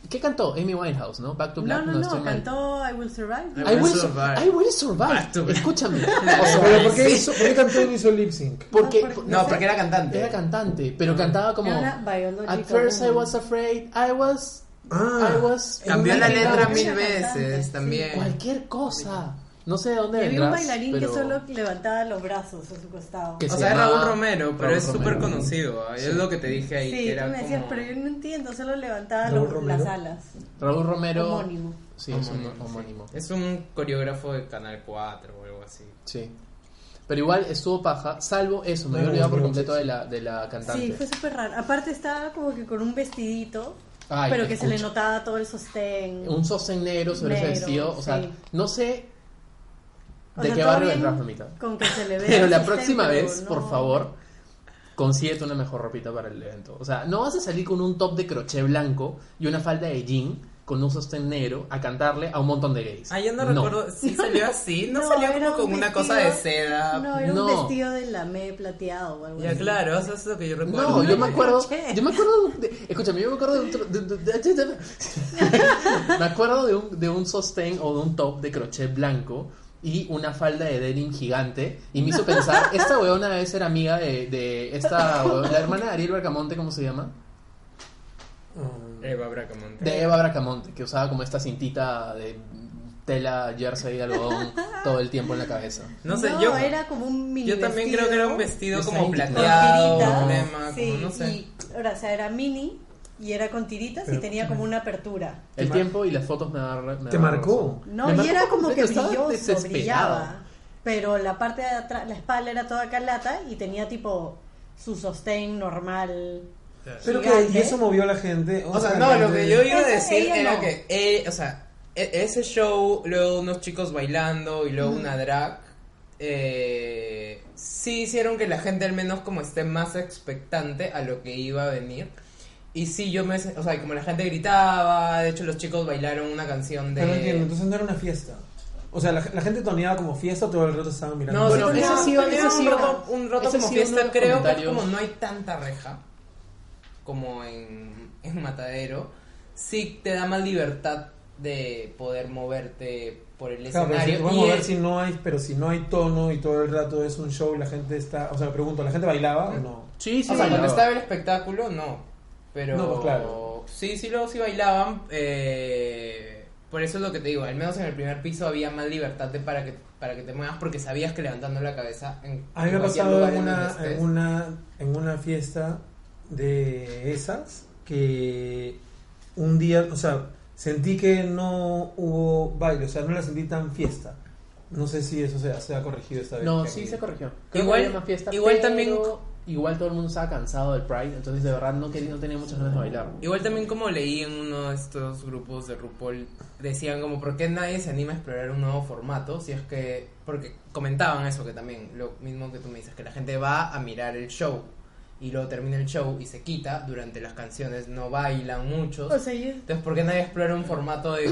Speaker 4: ¿qué cantó Amy Winehouse, no? Back to Black,
Speaker 1: No, no,
Speaker 4: estoy
Speaker 1: no,
Speaker 4: mal.
Speaker 1: cantó I Will Survive.
Speaker 4: I will survive. I will
Speaker 3: Back to
Speaker 4: survive.
Speaker 3: Black.
Speaker 4: Escúchame. O sea,
Speaker 2: Pero ¿por qué, hizo, ¿por qué cantó y hizo lip sync?
Speaker 4: porque,
Speaker 1: No, porque-
Speaker 3: No, porque era cantante.
Speaker 4: Era cantante, pero cantaba como
Speaker 1: Era biológico,
Speaker 4: At first I
Speaker 1: ¿no?
Speaker 4: was afraid, I was
Speaker 2: Ah,
Speaker 4: I was
Speaker 3: Cambió la
Speaker 4: I
Speaker 3: letra
Speaker 4: was-
Speaker 3: mil
Speaker 1: Era cantante,
Speaker 3: veces
Speaker 1: sí.
Speaker 3: también.
Speaker 4: Cualquier cosa. No sé de dónde
Speaker 1: Y había
Speaker 4: vendrás,
Speaker 1: un bailarín
Speaker 4: pero-
Speaker 1: que solo levantaba los brazos a su costado.
Speaker 4: que
Speaker 3: O
Speaker 4: se
Speaker 3: sea, es Raúl
Speaker 4: llamaba
Speaker 3: Romero, pero
Speaker 4: Raúl
Speaker 3: es súper
Speaker 4: Romero.
Speaker 3: conocido. ¿eh? Es lo que te dije ahí. que
Speaker 1: Sí,
Speaker 3: era
Speaker 1: tú me decías,
Speaker 3: como-
Speaker 1: pero yo no entiendo, solo levantaba
Speaker 2: Raúl
Speaker 1: los-
Speaker 2: Romero.
Speaker 1: las alas.
Speaker 4: Raúl Romero.
Speaker 1: Homónimo.
Speaker 4: Sí, es un
Speaker 3: Homónimo, sí.
Speaker 4: homónimo.
Speaker 3: Es un coreógrafo de Canal 4 o algo así.
Speaker 4: Sí. Pero igual estuvo paja, salvo eso, me
Speaker 2: No,
Speaker 4: había olvidado por
Speaker 2: no,
Speaker 4: completo de la, de la
Speaker 1: Sí,
Speaker 4: cantante.
Speaker 1: fue súper raro. Aparte estaba como que con un vestidito,
Speaker 4: Ay,
Speaker 1: pero que se le
Speaker 4: escucha.
Speaker 1: notaba todo el sostén.
Speaker 4: Un sostén negro sobre ese
Speaker 1: Negro,
Speaker 4: vestido, o sea,
Speaker 1: sí.
Speaker 4: no sé
Speaker 1: O
Speaker 4: de
Speaker 1: sea,
Speaker 4: qué
Speaker 1: todo
Speaker 4: barrio
Speaker 1: bien
Speaker 4: vendrás, mamita.
Speaker 1: Con que se le vea
Speaker 4: Pero
Speaker 1: el
Speaker 4: la
Speaker 1: sostén,
Speaker 4: próxima
Speaker 1: pero
Speaker 4: vez,
Speaker 1: no.
Speaker 4: por favor, consíguete una mejor ropita para el evento. O sea, no vas a salir con un top de crochet blanco y una falda de jean con un sostén negro a cantarle a un montón de gays.
Speaker 3: Ah, yo no, recuerdo. Sí salió así. No, salió
Speaker 1: era
Speaker 3: como
Speaker 1: un
Speaker 3: con una
Speaker 1: vestido-
Speaker 3: cosa de seda.
Speaker 1: No, era
Speaker 4: No.
Speaker 1: un vestido de lamé plateado o algo
Speaker 3: Ya,
Speaker 1: así.
Speaker 3: claro, eso es lo que yo recuerdo.
Speaker 4: No, yo me acuerdo.
Speaker 1: crochet.
Speaker 4: Yo me acuerdo. de- escúchame, yo me acuerdo de un. tro- de- de- de- de- de- me acuerdo de un, de un sostén o de un top de crochet blanco y una falda de denim gigante. Y me hizo pensar: esta weona debe ser amiga de, de esta. weona- la hermana de Ariel Bracamonte, ¿cómo se llama?
Speaker 2: Ah.
Speaker 4: Eh,
Speaker 3: Eva Bracamonte.
Speaker 4: De Eva Bracamonte, que usaba como esta cintita de tela, jersey, algodón todo el tiempo en la cabeza.
Speaker 3: No sé,
Speaker 1: No,
Speaker 3: yo.
Speaker 1: era como un mini
Speaker 3: Yo también creo que era un vestido
Speaker 4: Está
Speaker 3: como
Speaker 4: indignado.
Speaker 3: plateado,
Speaker 1: Con
Speaker 3: un
Speaker 1: tiritas,
Speaker 3: lema, como
Speaker 1: sí,
Speaker 3: no sé.
Speaker 1: y, ahora, o sea, era mini y era con tiritas y tenía como una apertura.
Speaker 4: El tiempo y las fotos me daban.
Speaker 2: Te marcó.
Speaker 1: No,
Speaker 4: Me
Speaker 1: y
Speaker 4: marcó
Speaker 1: era como que
Speaker 4: completo, estaba
Speaker 1: brilloso,
Speaker 4: desesperado.
Speaker 1: brillaba. Pero la parte de atrás, la espalda era toda calata y tenía tipo su sostén normal.
Speaker 2: Pero que,
Speaker 1: gigante.
Speaker 2: y eso movió a la gente.
Speaker 3: O sea, no, lo que yo iba a
Speaker 1: Esa-
Speaker 3: decir
Speaker 1: ella
Speaker 3: era
Speaker 1: no.
Speaker 3: que, eh, o sea, e- ese show, luego unos chicos bailando y luego una drag, eh, sí hicieron que la gente al menos como esté más expectante a lo que iba a venir. Y sí, yo me, o sea, como la gente gritaba, de hecho los chicos bailaron una canción
Speaker 2: Pero no entiendo,
Speaker 3: de...
Speaker 2: entonces no era una fiesta. O sea, la, la gente toneaba como fiesta, todo el rato estaban mirando.
Speaker 3: No,
Speaker 4: Bueno,
Speaker 3: sí,
Speaker 4: ese
Speaker 3: no,
Speaker 4: ha sido-
Speaker 3: también
Speaker 4: ese ha
Speaker 3: un
Speaker 4: sido-
Speaker 3: rato, un rato
Speaker 4: ese ha
Speaker 3: como
Speaker 4: sido uno de
Speaker 3: fiesta,
Speaker 4: los
Speaker 3: creo que es
Speaker 4: comentarios.
Speaker 3: como no hay tanta reja como en, en Matadero, sí te da más libertad de poder moverte por el
Speaker 2: Claro, pero si,
Speaker 3: escenario.
Speaker 2: vamos
Speaker 3: y
Speaker 2: a ver
Speaker 3: es-
Speaker 2: si no hay, pero si no hay tono y todo el rato es un show y la gente está, o sea, me pregunto, ¿la gente bailaba o no?
Speaker 4: Sí, sí,
Speaker 3: o sea, cuando
Speaker 4: bailaba.
Speaker 3: estaba el espectáculo, no. Pero
Speaker 2: No, pues claro.
Speaker 3: sí, sí, luego sí bailaban. eh, Por eso es lo que te digo, al menos en el primer piso había más libertad de para que para que te muevas porque sabías que levantando la cabeza en
Speaker 2: A mí me
Speaker 3: en
Speaker 2: ha
Speaker 3: cualquier
Speaker 2: pasado
Speaker 3: lugar
Speaker 2: en
Speaker 3: en donde
Speaker 2: una,
Speaker 3: estés.
Speaker 2: en, una, en una fiesta de esas que un día, o sea, sentí que no hubo baile, o sea, no la sentí tan fiesta. No sé si eso se, se ha corregido esta vez.
Speaker 4: No,
Speaker 2: que
Speaker 4: sí
Speaker 2: aquí-
Speaker 4: se corrigió.
Speaker 3: Igual-
Speaker 4: había más fiesta,
Speaker 3: igual
Speaker 4: pero
Speaker 3: también-
Speaker 4: Igual todo el mundo estaba cansado del Pride, entonces de verdad no, quería, no tenía muchas ganas de bailar.
Speaker 3: Igual también como leí en uno de estos grupos de RuPaul, decían como, ¿por qué nadie se anima a explorar un nuevo formato? Si es que, porque comentaban eso que también, lo mismo que tú me dices, que la gente va a mirar el show y luego termina el show y se quita durante las canciones, no bailan muchos.
Speaker 1: O sea, yo-
Speaker 3: Entonces, ¿por qué nadie explora un formato de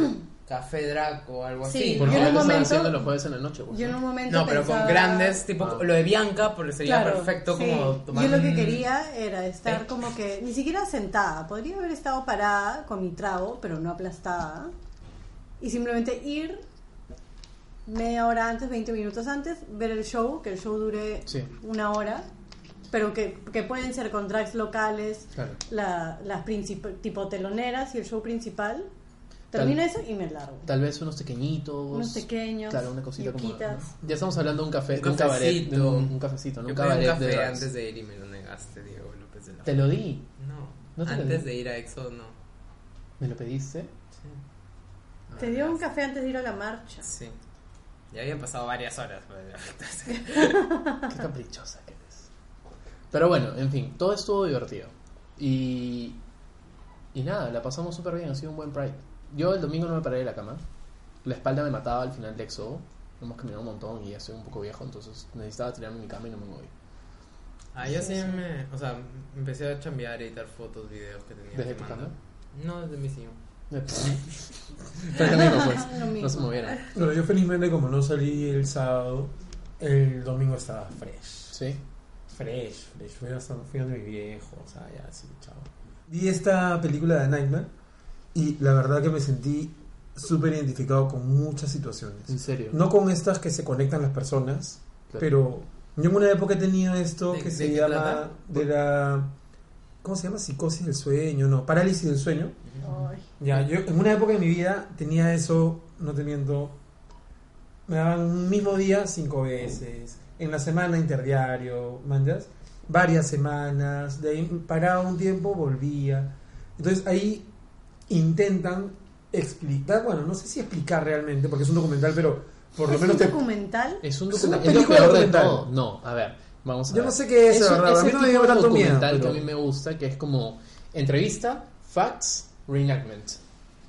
Speaker 3: café draco o algo
Speaker 1: Sí,
Speaker 3: así?
Speaker 1: yo en un
Speaker 4: Por lo menos estaban
Speaker 1: momento-
Speaker 4: haciendo los jueves en la noche. pues,
Speaker 1: Yo en
Speaker 4: ¿no?
Speaker 1: un momento
Speaker 3: No, pero con
Speaker 1: pensaba-
Speaker 3: grandes, tipo
Speaker 4: Ah.
Speaker 3: lo de Bianca, porque sería
Speaker 1: Claro,
Speaker 3: perfecto
Speaker 1: sí.
Speaker 3: como tomar...
Speaker 1: Yo lo que
Speaker 3: un-
Speaker 1: quería era estar
Speaker 3: Sí.
Speaker 1: como que, ni siquiera sentada, podría haber estado parada con mi trago, pero no aplastada, y simplemente ir media hora antes, 20 minutos antes, ver el show, que el show dure
Speaker 4: Sí.
Speaker 1: una hora, pero que, que pueden ser con drags locales,
Speaker 4: Claro.
Speaker 1: la- las princip- tipo teloneras y el show principal. Termino
Speaker 4: Tal-
Speaker 1: eso y me largo.
Speaker 4: Tal vez unos pequeñitos.
Speaker 1: Unos pequeños,
Speaker 4: Claro, una cosita como.
Speaker 1: yuquitas.
Speaker 4: Ya estamos hablando de un café,
Speaker 3: Un
Speaker 4: de un cabaret.
Speaker 3: cafecito.
Speaker 4: De un, un cafecito, ¿no?
Speaker 3: Yo pedí
Speaker 4: un
Speaker 3: un
Speaker 4: cabaret
Speaker 3: café
Speaker 4: de drags.
Speaker 3: antes de ir y me lo negaste, Diego López de la
Speaker 4: Te lo di.
Speaker 3: No,
Speaker 4: ¿No te lo
Speaker 3: antes
Speaker 4: di?
Speaker 3: de ir a EXO no.
Speaker 4: ¿Me lo pediste?
Speaker 1: Te
Speaker 4: Ah,
Speaker 1: dio un café antes de ir a la marcha.
Speaker 3: Sí. Ya habían pasado varias horas. pues, pero-
Speaker 4: Qué caprichosa que eres. Pero bueno, en fin, todo estuvo divertido. Y. Y nada, la pasamos súper bien, ha sido un buen Pride. Yo el domingo no me paré de la cama. La espalda me mataba al final del exodo. Hemos caminado un montón y ya soy un poco viejo, entonces necesitaba tirarme en mi cama y no me moví.
Speaker 3: Ah, yo sí me. O sea, empecé a chambear, a editar fotos, videos que tenía.
Speaker 4: ¿Desde
Speaker 3: que
Speaker 4: tu
Speaker 3: mandar.
Speaker 4: cama?
Speaker 3: No, desde mi sillón.
Speaker 4: Entonces lo mismo, pues.
Speaker 1: Lo mismo.
Speaker 4: No se movieron.
Speaker 2: Bueno, yo felizmente como no salí el sábado, el domingo estaba fresh.
Speaker 4: Sí.
Speaker 2: Fresh, fresh. Fui hasta- fui donde mi viejo, o sea, ya, sí, chao. Vi esta película de Nightmare y la verdad que me sentí súper identificado con muchas situaciones.
Speaker 4: En serio.
Speaker 2: No con estas que se conectan las personas,
Speaker 4: Claro.
Speaker 2: pero yo en una época he tenido esto
Speaker 3: ¿De-
Speaker 2: que
Speaker 3: de
Speaker 2: se
Speaker 3: qué
Speaker 2: llama
Speaker 3: trata?
Speaker 2: de la ¿cómo se llama? psicosis del sueño, no, parálisis del sueño.
Speaker 1: Ay.
Speaker 2: Ya, yo en una época de mi vida tenía eso, no te miento, me daban un mismo día cinco veces, en la semana interdiario, mandas, varias semanas, de ahí paraba un tiempo, volvía. Entonces ahí intentan explicar, bueno, no sé si explicar realmente, porque es un documental, pero por lo
Speaker 1: ¿Es
Speaker 2: menos
Speaker 1: un
Speaker 2: te...
Speaker 1: documental?
Speaker 4: Es un
Speaker 2: Es una
Speaker 4: documental. Es lo
Speaker 2: película
Speaker 4: peor de
Speaker 2: documental.
Speaker 4: todo. No, a ver, vamos a
Speaker 2: Yo
Speaker 4: ver.
Speaker 2: no sé qué es,
Speaker 4: Eso-
Speaker 2: la verdad, a
Speaker 4: ese
Speaker 2: mí no me
Speaker 4: tipo
Speaker 2: dio
Speaker 4: de
Speaker 2: tanto miedo,
Speaker 4: documental
Speaker 2: pero-
Speaker 4: que a mí me gusta, que es como entrevista, facts, reenactment.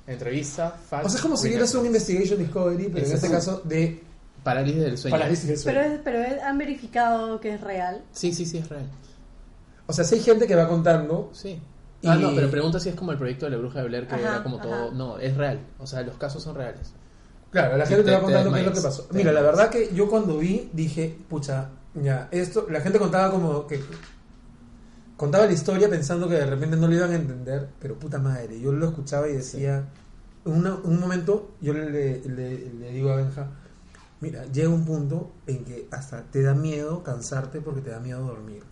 Speaker 4: Entrevista, facts.
Speaker 2: O sea, es como si vieras un
Speaker 4: reenactment.
Speaker 2: Investigation Discovery, pero en
Speaker 4: Exacto.
Speaker 2: este caso de
Speaker 4: Parálisis del sueño.
Speaker 2: parálisis del
Speaker 1: Pero,
Speaker 2: sueño.
Speaker 1: es- pero es- han verificado que es real.
Speaker 4: Sí, sí, sí, es real.
Speaker 2: O sea, si hay gente que va contando,
Speaker 4: Sí. Ah,
Speaker 2: Y-
Speaker 4: no, pero pregunta si es como el proyecto de la bruja de Blair que
Speaker 1: Ajá,
Speaker 4: era como
Speaker 1: ajá.
Speaker 4: todo. No, es real. O sea, los casos son reales.
Speaker 2: Claro, la
Speaker 4: Y
Speaker 2: gente te
Speaker 4: te-
Speaker 2: va contando
Speaker 4: te
Speaker 2: qué es lo que
Speaker 4: desmayas,
Speaker 2: pasó.
Speaker 4: te
Speaker 2: Mira, la
Speaker 4: desmayas.
Speaker 2: verdad que yo cuando vi dije, pucha, ya, esto, la gente contaba como que contaba la historia pensando que de repente no lo iban a entender, pero puta madre, yo lo escuchaba y decía, una- un momento yo le, le- le digo a Benja, mira, llega un punto en que hasta te da miedo cansarte porque te da miedo dormir.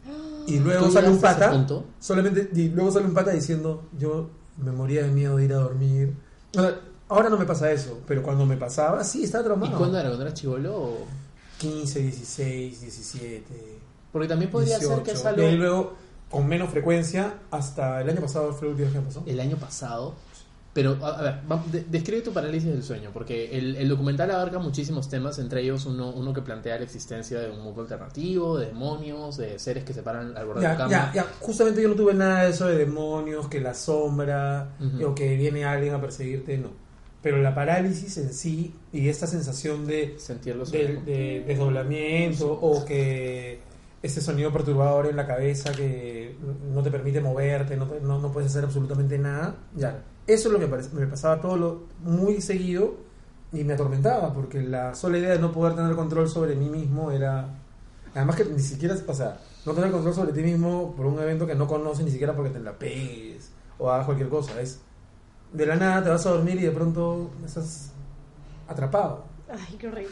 Speaker 2: Y luego
Speaker 4: ¿Tú
Speaker 2: sale un
Speaker 4: llegaste a ese
Speaker 2: pata,
Speaker 4: punto?
Speaker 2: solamente, y luego sale un pata diciendo, yo me moría de miedo de ir a dormir. O sea, Ahora no me pasa eso, pero cuando me pasaba, sí, estaba
Speaker 4: ¿Y
Speaker 2: traumado.
Speaker 4: cuándo era? ¿Cuándo era chivolo? o-
Speaker 2: 15, 16, 17,
Speaker 4: Porque también podría ser que es
Speaker 2: 18.
Speaker 4: algo.
Speaker 2: Y ahí luego, con menos frecuencia, hasta el año pasado fue el último que me pasó.
Speaker 4: el año pasado. Pero, a, a ver, va- de- describe tu parálisis del sueño, porque el, el documental abarca muchísimos temas, entre ellos uno, uno que plantea la existencia de un mundo alternativo, de demonios, de seres que se paran al borde de la
Speaker 2: Ya,
Speaker 4: cama.
Speaker 2: ya, ya, justamente yo no tuve nada de eso de demonios, que la sombra,
Speaker 4: Ujú.
Speaker 2: o que viene alguien a perseguirte, no. Pero la parálisis en sí, y esta sensación de
Speaker 4: Sentirlo sobre-
Speaker 2: de, de desdoblamiento o que ese sonido perturbador en la cabeza que no te permite moverte, no, te- no, no puedes hacer absolutamente nada. Ya, eso es lo que me, parece- me pasaba todo lo, muy seguido y me atormentaba porque la sola idea de no poder tener control sobre mí mismo era... Además que ni siquiera, o sea, no tener control sobre ti mismo por un evento que no conoces ni siquiera porque te la pegues o hagas cualquier cosa. Es de la nada te vas a dormir y de pronto estás atrapado.
Speaker 1: Ay, qué horrible.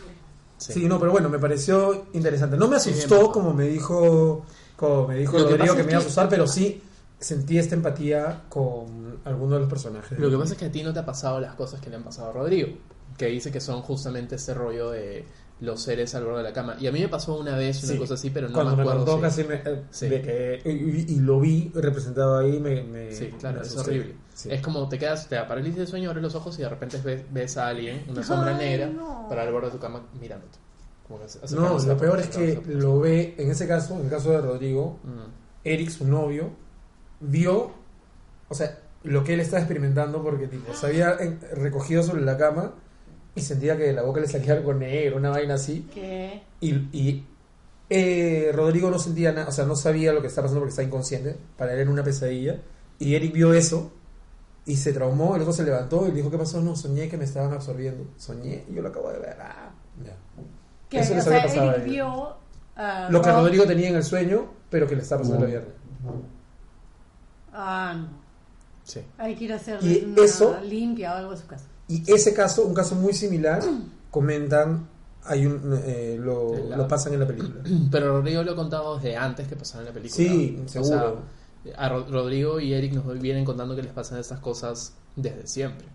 Speaker 4: Sí.
Speaker 2: Sí, no, pero bueno, me pareció interesante. No me
Speaker 4: Sí, bien
Speaker 2: asustó
Speaker 4: bajado.
Speaker 2: como me dijo, como me dijo
Speaker 4: Lo que
Speaker 2: Rodrigo
Speaker 4: pasa
Speaker 2: que,
Speaker 4: es
Speaker 2: me iba a
Speaker 4: que-
Speaker 2: asustar, pero sí sentí esta empatía con algunos de los personajes.
Speaker 4: Lo que pasa es que a ti no te ha pasado las cosas que le han pasado a Rodrigo, que dice que son justamente ese rollo de los seres al borde de la cama. Y a mí me pasó una vez una
Speaker 2: Sí.
Speaker 4: cosa así, pero no
Speaker 2: Cuando
Speaker 4: me
Speaker 2: me
Speaker 4: acuerdo.
Speaker 2: contó
Speaker 4: si-
Speaker 2: casi me- eh,
Speaker 4: Sí.
Speaker 2: de que- y, y- y lo vi representado ahí, me. me-
Speaker 4: Sí, claro,
Speaker 2: me
Speaker 4: es
Speaker 2: asusté.
Speaker 4: horrible.
Speaker 2: Sí.
Speaker 4: Es como te quedas, te da parálisis de sueño, abres los ojos y de repente ves, ves a alguien, una sombra
Speaker 1: Ay,
Speaker 4: negra,
Speaker 1: no.
Speaker 4: para el borde de tu cama mirándote. Como que ac-
Speaker 2: No,
Speaker 4: acercándose a
Speaker 2: lo
Speaker 4: la
Speaker 2: peor es
Speaker 4: puerta,
Speaker 2: que
Speaker 4: acercándose a la
Speaker 2: lo ve, en ese caso, en el caso de Rodrigo,
Speaker 4: puerta. Mm.
Speaker 2: Eric, su novio, vio, o sea, lo que él estaba experimentando porque, tipo, se había eh, recogido sobre la cama y sentía que de la boca le salía algo negro, una vaina así.
Speaker 1: ¿Qué?
Speaker 2: Y, y, eh, Rodrigo no sentía nada, o sea, no sabía lo que estaba pasando porque estaba inconsciente. Para él era una pesadilla. Y Eric vio eso y se traumó. El otro se levantó y le dijo: ¿Qué pasó? No, soñé que me estaban absorbiendo. Soñé, yo lo acabo de ver. ah". Ya.
Speaker 1: ¿Qué?
Speaker 2: Eso
Speaker 1: o
Speaker 2: les
Speaker 1: sea,
Speaker 2: había pasado a
Speaker 1: Eric
Speaker 2: ellos.
Speaker 1: vio a
Speaker 2: Lo que
Speaker 1: Rob-
Speaker 2: Rodrigo tenía en el sueño, pero que le estaba pasando la viernes.
Speaker 1: Ah, no.
Speaker 4: Sí.
Speaker 1: Hay que ir a hacer
Speaker 2: Y
Speaker 1: una
Speaker 2: eso-
Speaker 1: limpia o algo a su casa.
Speaker 2: Y ese caso, un caso muy similar,
Speaker 1: Mm.
Speaker 2: comentan, hay un, eh, lo,
Speaker 4: El-
Speaker 2: lo pasan en la película.
Speaker 4: Pero Rodrigo lo ha contado desde antes que pasara la película.
Speaker 2: Sí, seguro.
Speaker 4: sea, a Ro- Rodrigo y Eric nos vienen contando que les pasan estas cosas desde siempre.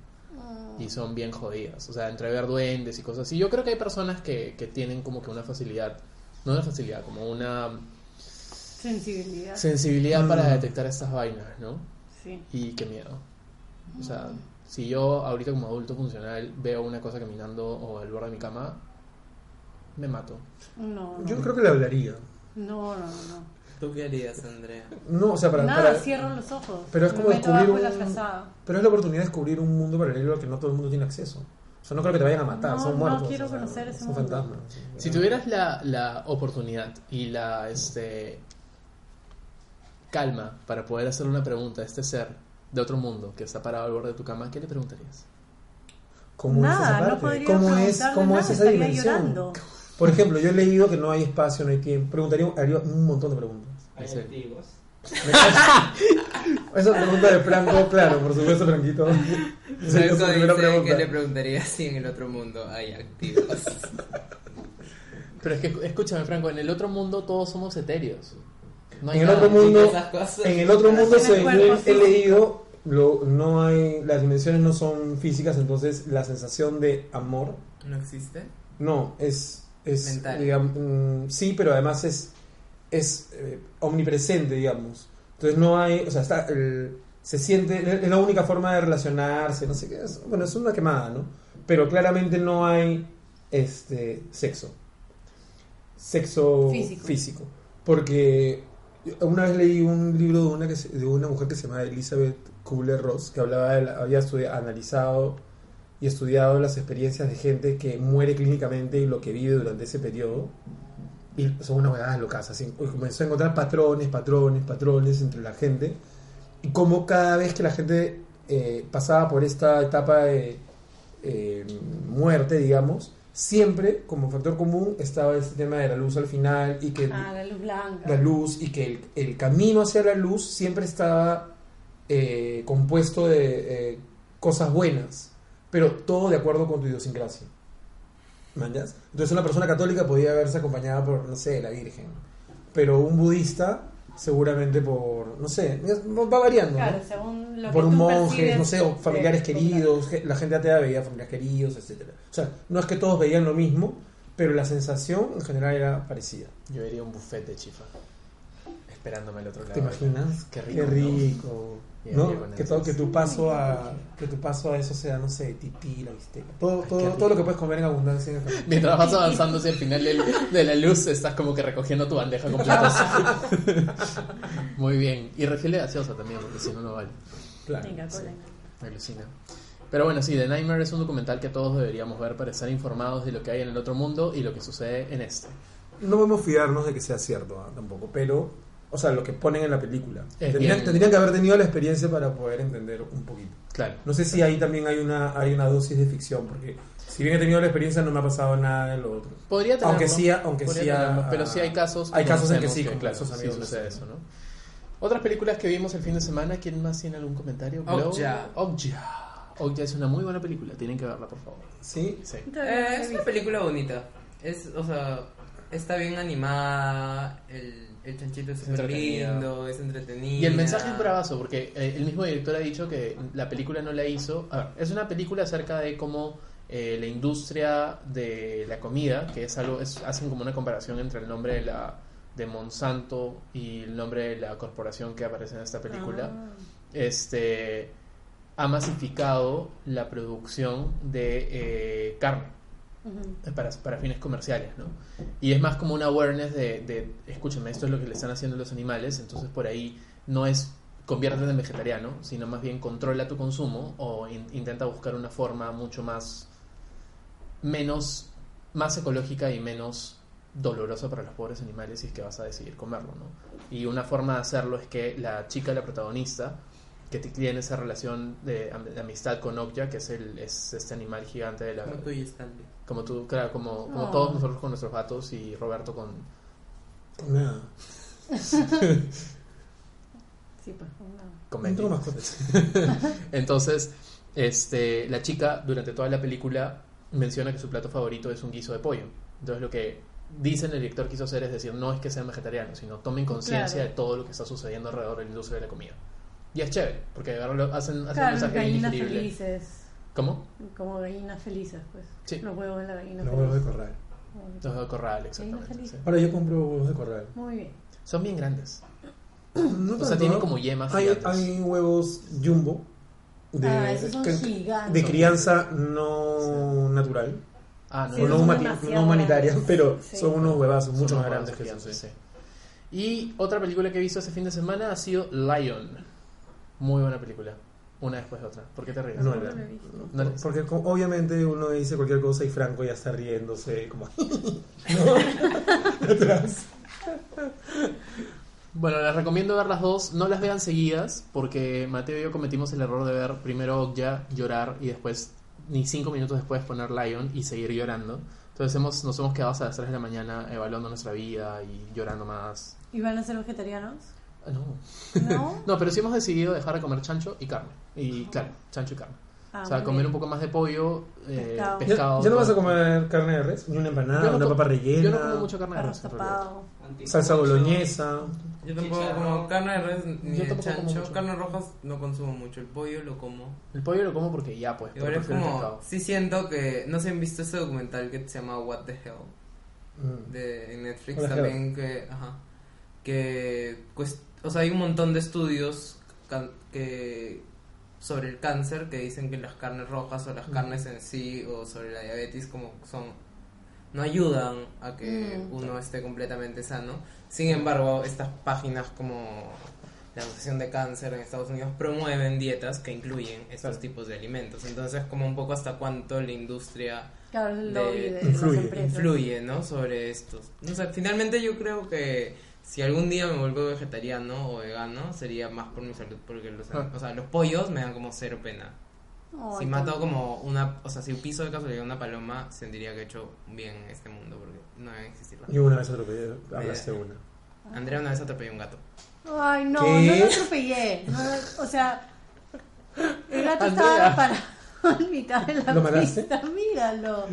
Speaker 1: Mm.
Speaker 4: Y son bien jodidas. O sea, entre ver duendes y cosas así. Yo creo que hay personas que, que tienen como que una facilidad, no una facilidad, como una
Speaker 1: Sensibilidad. Sí.
Speaker 4: sensibilidad
Speaker 2: Mm.
Speaker 4: para detectar estas vainas, ¿no? Y qué miedo. O sea, si yo ahorita como adulto funcional veo una cosa caminando o al borde de mi cama, me mato.
Speaker 1: No, no.
Speaker 2: Yo creo que le hablaría.
Speaker 1: No, no, no, no.
Speaker 3: ¿Tú qué harías, Andrea?
Speaker 2: No, o sea, para,
Speaker 1: Nada,
Speaker 2: para-
Speaker 1: cierro los ojos.
Speaker 2: Pero es como
Speaker 1: Me meto
Speaker 2: descubrir
Speaker 1: bajo la
Speaker 2: un-
Speaker 1: frazada.
Speaker 2: Pero es la oportunidad de descubrir un mundo paralelo al que no todo el mundo tiene acceso. O sea, no creo que te vayan a matar,
Speaker 1: No,
Speaker 2: son
Speaker 1: no
Speaker 2: muertos.
Speaker 1: quiero
Speaker 2: o sea,
Speaker 1: conocer ese
Speaker 2: son
Speaker 1: mundo.
Speaker 2: fantasmas.
Speaker 4: Si tuvieras la, la oportunidad y la este calma para poder hacer una pregunta a este ser de otro mundo que está parado al borde de tu cama, ¿qué le preguntarías?
Speaker 2: ¿Cómo es esa
Speaker 1: Nada,
Speaker 2: parte?
Speaker 1: no podría
Speaker 2: ¿Cómo es,
Speaker 1: preguntarle
Speaker 2: cómo
Speaker 1: nada,
Speaker 2: es esa
Speaker 1: estaría
Speaker 2: dimensión?
Speaker 1: llorando. Ah,
Speaker 2: Por ejemplo, yo he leído que no hay espacio, no hay tiempo. Preguntaría haría un montón de preguntas.
Speaker 5: Hay
Speaker 4: Sí.
Speaker 5: antiguos.
Speaker 2: Esa pregunta de Franco, claro, por supuesto, Franquito. Sería su
Speaker 3: Franco
Speaker 2: primera
Speaker 3: dice
Speaker 2: pregunta.
Speaker 3: que le preguntaría si en el otro mundo hay activos.
Speaker 4: Pero es que escúchame Franco, en el otro mundo todos somos etéreos. No hay
Speaker 2: En el
Speaker 4: nada.
Speaker 2: otro mundo,
Speaker 3: esas cosas.
Speaker 2: en el otro mundo,
Speaker 1: Tiene
Speaker 2: según
Speaker 1: cuerpos,
Speaker 2: he
Speaker 1: sí.
Speaker 2: leído, lo- no hay, las dimensiones no son físicas, entonces la sensación de amor
Speaker 3: ¿No existe?
Speaker 2: No, es. es
Speaker 3: Mental.
Speaker 2: digamos, mm, sí, pero además es, es eh, omnipresente, digamos. Entonces no hay. O sea, está, el- se siente. Es la única forma de relacionarse, no sé qué. es- bueno, es una quemada, ¿no? Pero claramente no hay este sexo. Sexo
Speaker 1: Físico.
Speaker 2: Porque una vez leí un libro de una, que se- de una mujer que se llama Elizabeth Kubler-Ross, que hablaba de la- había estudi- analizado y estudiado las experiencias de gente que muere clínicamente y lo que vive durante ese periodo. Y son unas huevadas locas. Así, Uy, comenzó a encontrar patrones, patrones, patrones entre la gente. Y como cada vez que la gente eh, pasaba por esta etapa de eh, muerte, digamos, siempre como factor común estaba este tema de la luz al final y que
Speaker 1: Ah, la luz blanca.
Speaker 2: la luz y que el, el camino hacia la luz siempre estaba eh, compuesto de eh, cosas buenas, pero todo de acuerdo con tu idiosincrasia. ¿Mañas? Entonces una persona católica podía verse acompañada por, no sé, la Virgen, pero un budista seguramente por, no sé, va variando. ¿no?
Speaker 1: Claro, según lo que
Speaker 2: por
Speaker 1: tú
Speaker 2: monjes,
Speaker 1: percibes eh,
Speaker 2: no sé, o familiares
Speaker 1: de-
Speaker 2: queridos, ge- la gente atea veía familiares queridos, etcétera. O sea, no es que todos veían lo mismo, pero la sensación en general era parecida.
Speaker 4: Yo iría a un buffet de chifa. Esperándome al otro lado.
Speaker 2: ¿Te imaginas?
Speaker 4: Qué rico.
Speaker 2: Qué
Speaker 4: ¿no?
Speaker 2: rico.
Speaker 4: Y
Speaker 2: ¿No?
Speaker 4: arriba con
Speaker 2: Que,
Speaker 4: el
Speaker 2: todo,
Speaker 4: dulce.
Speaker 2: que tu paso a que tu paso a eso sea, no sé, titila, bistec. Todo,
Speaker 4: Ay, qué
Speaker 2: todo,
Speaker 4: rico.
Speaker 2: todo lo que puedes comer en abundancia en el camino.
Speaker 4: Mientras vas avanzando hacia el final del- de la luz, estás como que recogiendo tu bandeja completa. Muy bien. Y refiere gaseosa también, porque si no, no vale.
Speaker 2: Claro.
Speaker 1: Venga, cola.
Speaker 4: Me alucina. Pero bueno, sí, The Nightmare es un documental que todos deberíamos ver para estar informados de lo que hay en el otro mundo y lo que sucede en este.
Speaker 2: No podemos fiarnos de que sea cierto ah, tampoco, pero, o sea, lo que ponen en la película.
Speaker 4: Es
Speaker 2: Tendrían,
Speaker 4: bien.
Speaker 2: tendrían que haber tenido la experiencia para poder entender un poquito.
Speaker 4: Claro.
Speaker 2: No sé si ahí también hay una, hay una dosis de ficción, porque si bien he tenido la experiencia, no me ha pasado nada de lo otro.
Speaker 4: Podría tenerlo.
Speaker 2: Aunque sí, aunque
Speaker 4: Podría
Speaker 2: sí ha-
Speaker 4: tenerlo, pero sí hay casos.
Speaker 2: hay casos en que
Speaker 4: conocemos
Speaker 2: sí, con
Speaker 4: claro,
Speaker 2: esos
Speaker 4: sí
Speaker 2: amigos
Speaker 4: sucede
Speaker 2: de-
Speaker 4: eso, ¿no? Otras películas que vimos el fin de semana, ¿quién más tiene algún comentario?
Speaker 3: Okja.
Speaker 4: Okja. Okja es una muy buena película, tienen que verla, por favor.
Speaker 2: ¿Sí?
Speaker 4: Sí.
Speaker 1: Todavía no
Speaker 3: Eh,
Speaker 1: la he
Speaker 3: es una
Speaker 1: visto.
Speaker 3: película bonita. Es, o sea, está bien animada. El el chanchito es súper lindo, es entretenido.
Speaker 4: Y el mensaje es bravazo, porque eh, el mismo director ha dicho que la película no la hizo. A ver, es una película acerca de cómo eh, la industria de la comida, que es algo, es- hacen como una comparación entre el nombre de la de Monsanto y el nombre de la corporación que aparece en esta película.
Speaker 1: Ah.
Speaker 4: Este ha masificado la producción de eh, carne eh, para, para fines comerciales, ¿no? Y es más como un awareness de, de, escúchame, esto es lo que le están haciendo los animales, entonces por ahí no es conviértete en vegetariano, sino más bien controla tu consumo o in- intenta buscar una forma mucho más, menos, más ecológica y menos dolorosa para los pobres animales si es que vas a decidir comerlo, ¿no? Y una forma de hacerlo es que la chica, la protagonista, que t- tiene esa relación de, am- de amistad con Okja, que es, el, es este animal gigante de la...
Speaker 3: Como tú y Stanley.
Speaker 4: Como tú, claro, como, como
Speaker 3: Oh.
Speaker 4: todos nosotros con nuestros gatos y Roberto con...
Speaker 2: Nada.
Speaker 1: Sí, pues no.
Speaker 4: con
Speaker 2: No
Speaker 4: Benji.
Speaker 2: tengo mascotas.
Speaker 4: Entonces, este, la chica durante toda la película menciona que su plato favorito es un guiso de pollo. Entonces lo que dicen el director quiso hacer es decir, no es que sean vegetarianos, sino tomen conciencia
Speaker 1: Claro.
Speaker 4: de todo lo que está sucediendo alrededor de la industria de la comida. Y es chévere, porque de verdad lo- hacen, hacen un
Speaker 1: Claro,
Speaker 4: mensaje
Speaker 1: gallinas
Speaker 4: indigerible.
Speaker 1: felices.
Speaker 4: ¿Cómo?
Speaker 1: Como gallinas felices, pues.
Speaker 4: Sí.
Speaker 1: Los huevos de la gallina
Speaker 2: No
Speaker 1: feliz.
Speaker 2: huevos de corral.
Speaker 1: Bueno,
Speaker 4: Los de corral,
Speaker 1: Gallinas
Speaker 4: exactamente.
Speaker 1: felices.
Speaker 4: sí.
Speaker 2: Ahora yo compro huevos de corral.
Speaker 1: Muy bien.
Speaker 4: Son bien grandes.
Speaker 2: No
Speaker 4: sea,
Speaker 2: tanto,
Speaker 4: tienen
Speaker 2: ¿no?
Speaker 4: como yemas
Speaker 2: Hay,
Speaker 4: gigantes.
Speaker 2: hay huevos jumbo. De,
Speaker 1: Ah, esos son
Speaker 2: que-
Speaker 1: gigantes.
Speaker 2: de crianza no natural,
Speaker 4: Ah, no,
Speaker 1: Sí,
Speaker 2: o
Speaker 4: no,
Speaker 2: no,
Speaker 1: son
Speaker 2: humani-
Speaker 1: demasiado
Speaker 2: no humanitaria,
Speaker 1: grandes.
Speaker 2: pero
Speaker 1: Sí.
Speaker 2: son unos huevazos
Speaker 4: son
Speaker 2: mucho
Speaker 4: los
Speaker 2: más grandes que
Speaker 4: gigantes,
Speaker 2: esos. sí.
Speaker 4: sí. Y otra película que he visto este fin de semana ha sido Lion. Muy buena película. Una después de otra. ¿Por qué te ríes?
Speaker 2: No,
Speaker 1: No
Speaker 2: no,
Speaker 1: lo he visto.
Speaker 4: No,
Speaker 2: no, porque co- obviamente uno dice cualquier cosa y Franco ya está riéndose, como
Speaker 4: Bueno, les recomiendo ver las dos. No las vean seguidas porque Mateo y yo cometimos el error de ver primero Okja llorar y después, ni cinco minutos después, poner Lion y seguir llorando. Entonces hemos, nos hemos quedado hasta las 3 de la mañana evaluando nuestra vida y llorando más.
Speaker 1: ¿Y van a ser vegetarianos?
Speaker 4: Ah, No,
Speaker 1: ¿No?
Speaker 4: no pero sí hemos decidido dejar de comer chancho y carne. Y claro, chancho y carne.
Speaker 1: Ah,
Speaker 4: o sea,
Speaker 1: muy
Speaker 4: comer
Speaker 1: bien.
Speaker 4: un poco más de pollo, eh,
Speaker 1: Pescado.
Speaker 2: ¿Ya,
Speaker 4: pescado.
Speaker 2: ya no vas a
Speaker 4: todo.
Speaker 2: comer carne de res, ni una empanada,
Speaker 4: Yo no
Speaker 2: una
Speaker 4: co-
Speaker 2: papa rellena,
Speaker 4: Yo no como mucho carne de
Speaker 1: Arroz
Speaker 4: res. en realidad.
Speaker 1: tapado.
Speaker 2: salsa boloñesa.
Speaker 3: Yo tampoco
Speaker 5: Chicharrón.
Speaker 3: como carne de res ni
Speaker 4: Yo
Speaker 3: de
Speaker 4: tampoco como
Speaker 3: chancho.
Speaker 4: mucho.
Speaker 3: Carne rojas no consumo mucho. El pollo lo como.
Speaker 4: El pollo lo como porque ya, pues.
Speaker 3: Y
Speaker 4: Pero
Speaker 3: ahora es
Speaker 4: prefiero el
Speaker 3: como.
Speaker 4: pescado.
Speaker 3: Sí siento que. No sé si han visto ese documental que se llama What the Hell.
Speaker 2: Mm.
Speaker 3: de en Netflix
Speaker 2: Hola,
Speaker 3: también que ajá, que pues o sea hay un montón de estudios can- que sobre el cáncer que dicen que las carnes rojas o las carnes en sí o sobre la diabetes como son no ayudan a que
Speaker 1: Mm.
Speaker 3: uno esté completamente sano sin embargo estas páginas como la Asociación de Cáncer en Estados Unidos promueven dietas que incluyen estos tipos de alimentos entonces como un poco hasta cuánto la industria
Speaker 1: Claro, es el
Speaker 3: de-
Speaker 1: lobby de,
Speaker 2: influye,
Speaker 1: las empresas.
Speaker 3: influye, ¿no? Sobre estos. O sea, finalmente yo creo que si algún día me vuelvo vegetariano o vegano, sería más por mi salud, porque los,
Speaker 4: Ah.
Speaker 3: o sea, los pollos me dan como cero pena.
Speaker 1: Ay,
Speaker 3: si
Speaker 1: qué
Speaker 3: mato
Speaker 1: rico.
Speaker 3: como una, o sea, si piso de casualidad una paloma, sentiría que he hecho bien en este mundo, porque no deben existir las-
Speaker 2: Yo Mm. una vez atropellé, hablaste una.
Speaker 3: Andrea una vez atropelló un gato.
Speaker 1: Ay, no,
Speaker 2: ¿Qué?
Speaker 1: no lo atropellé. No lo- o sea, el gato
Speaker 4: Andrea.
Speaker 1: estaba parado en mitad de la
Speaker 2: ¿Lo mataste?
Speaker 1: pista. Míralo.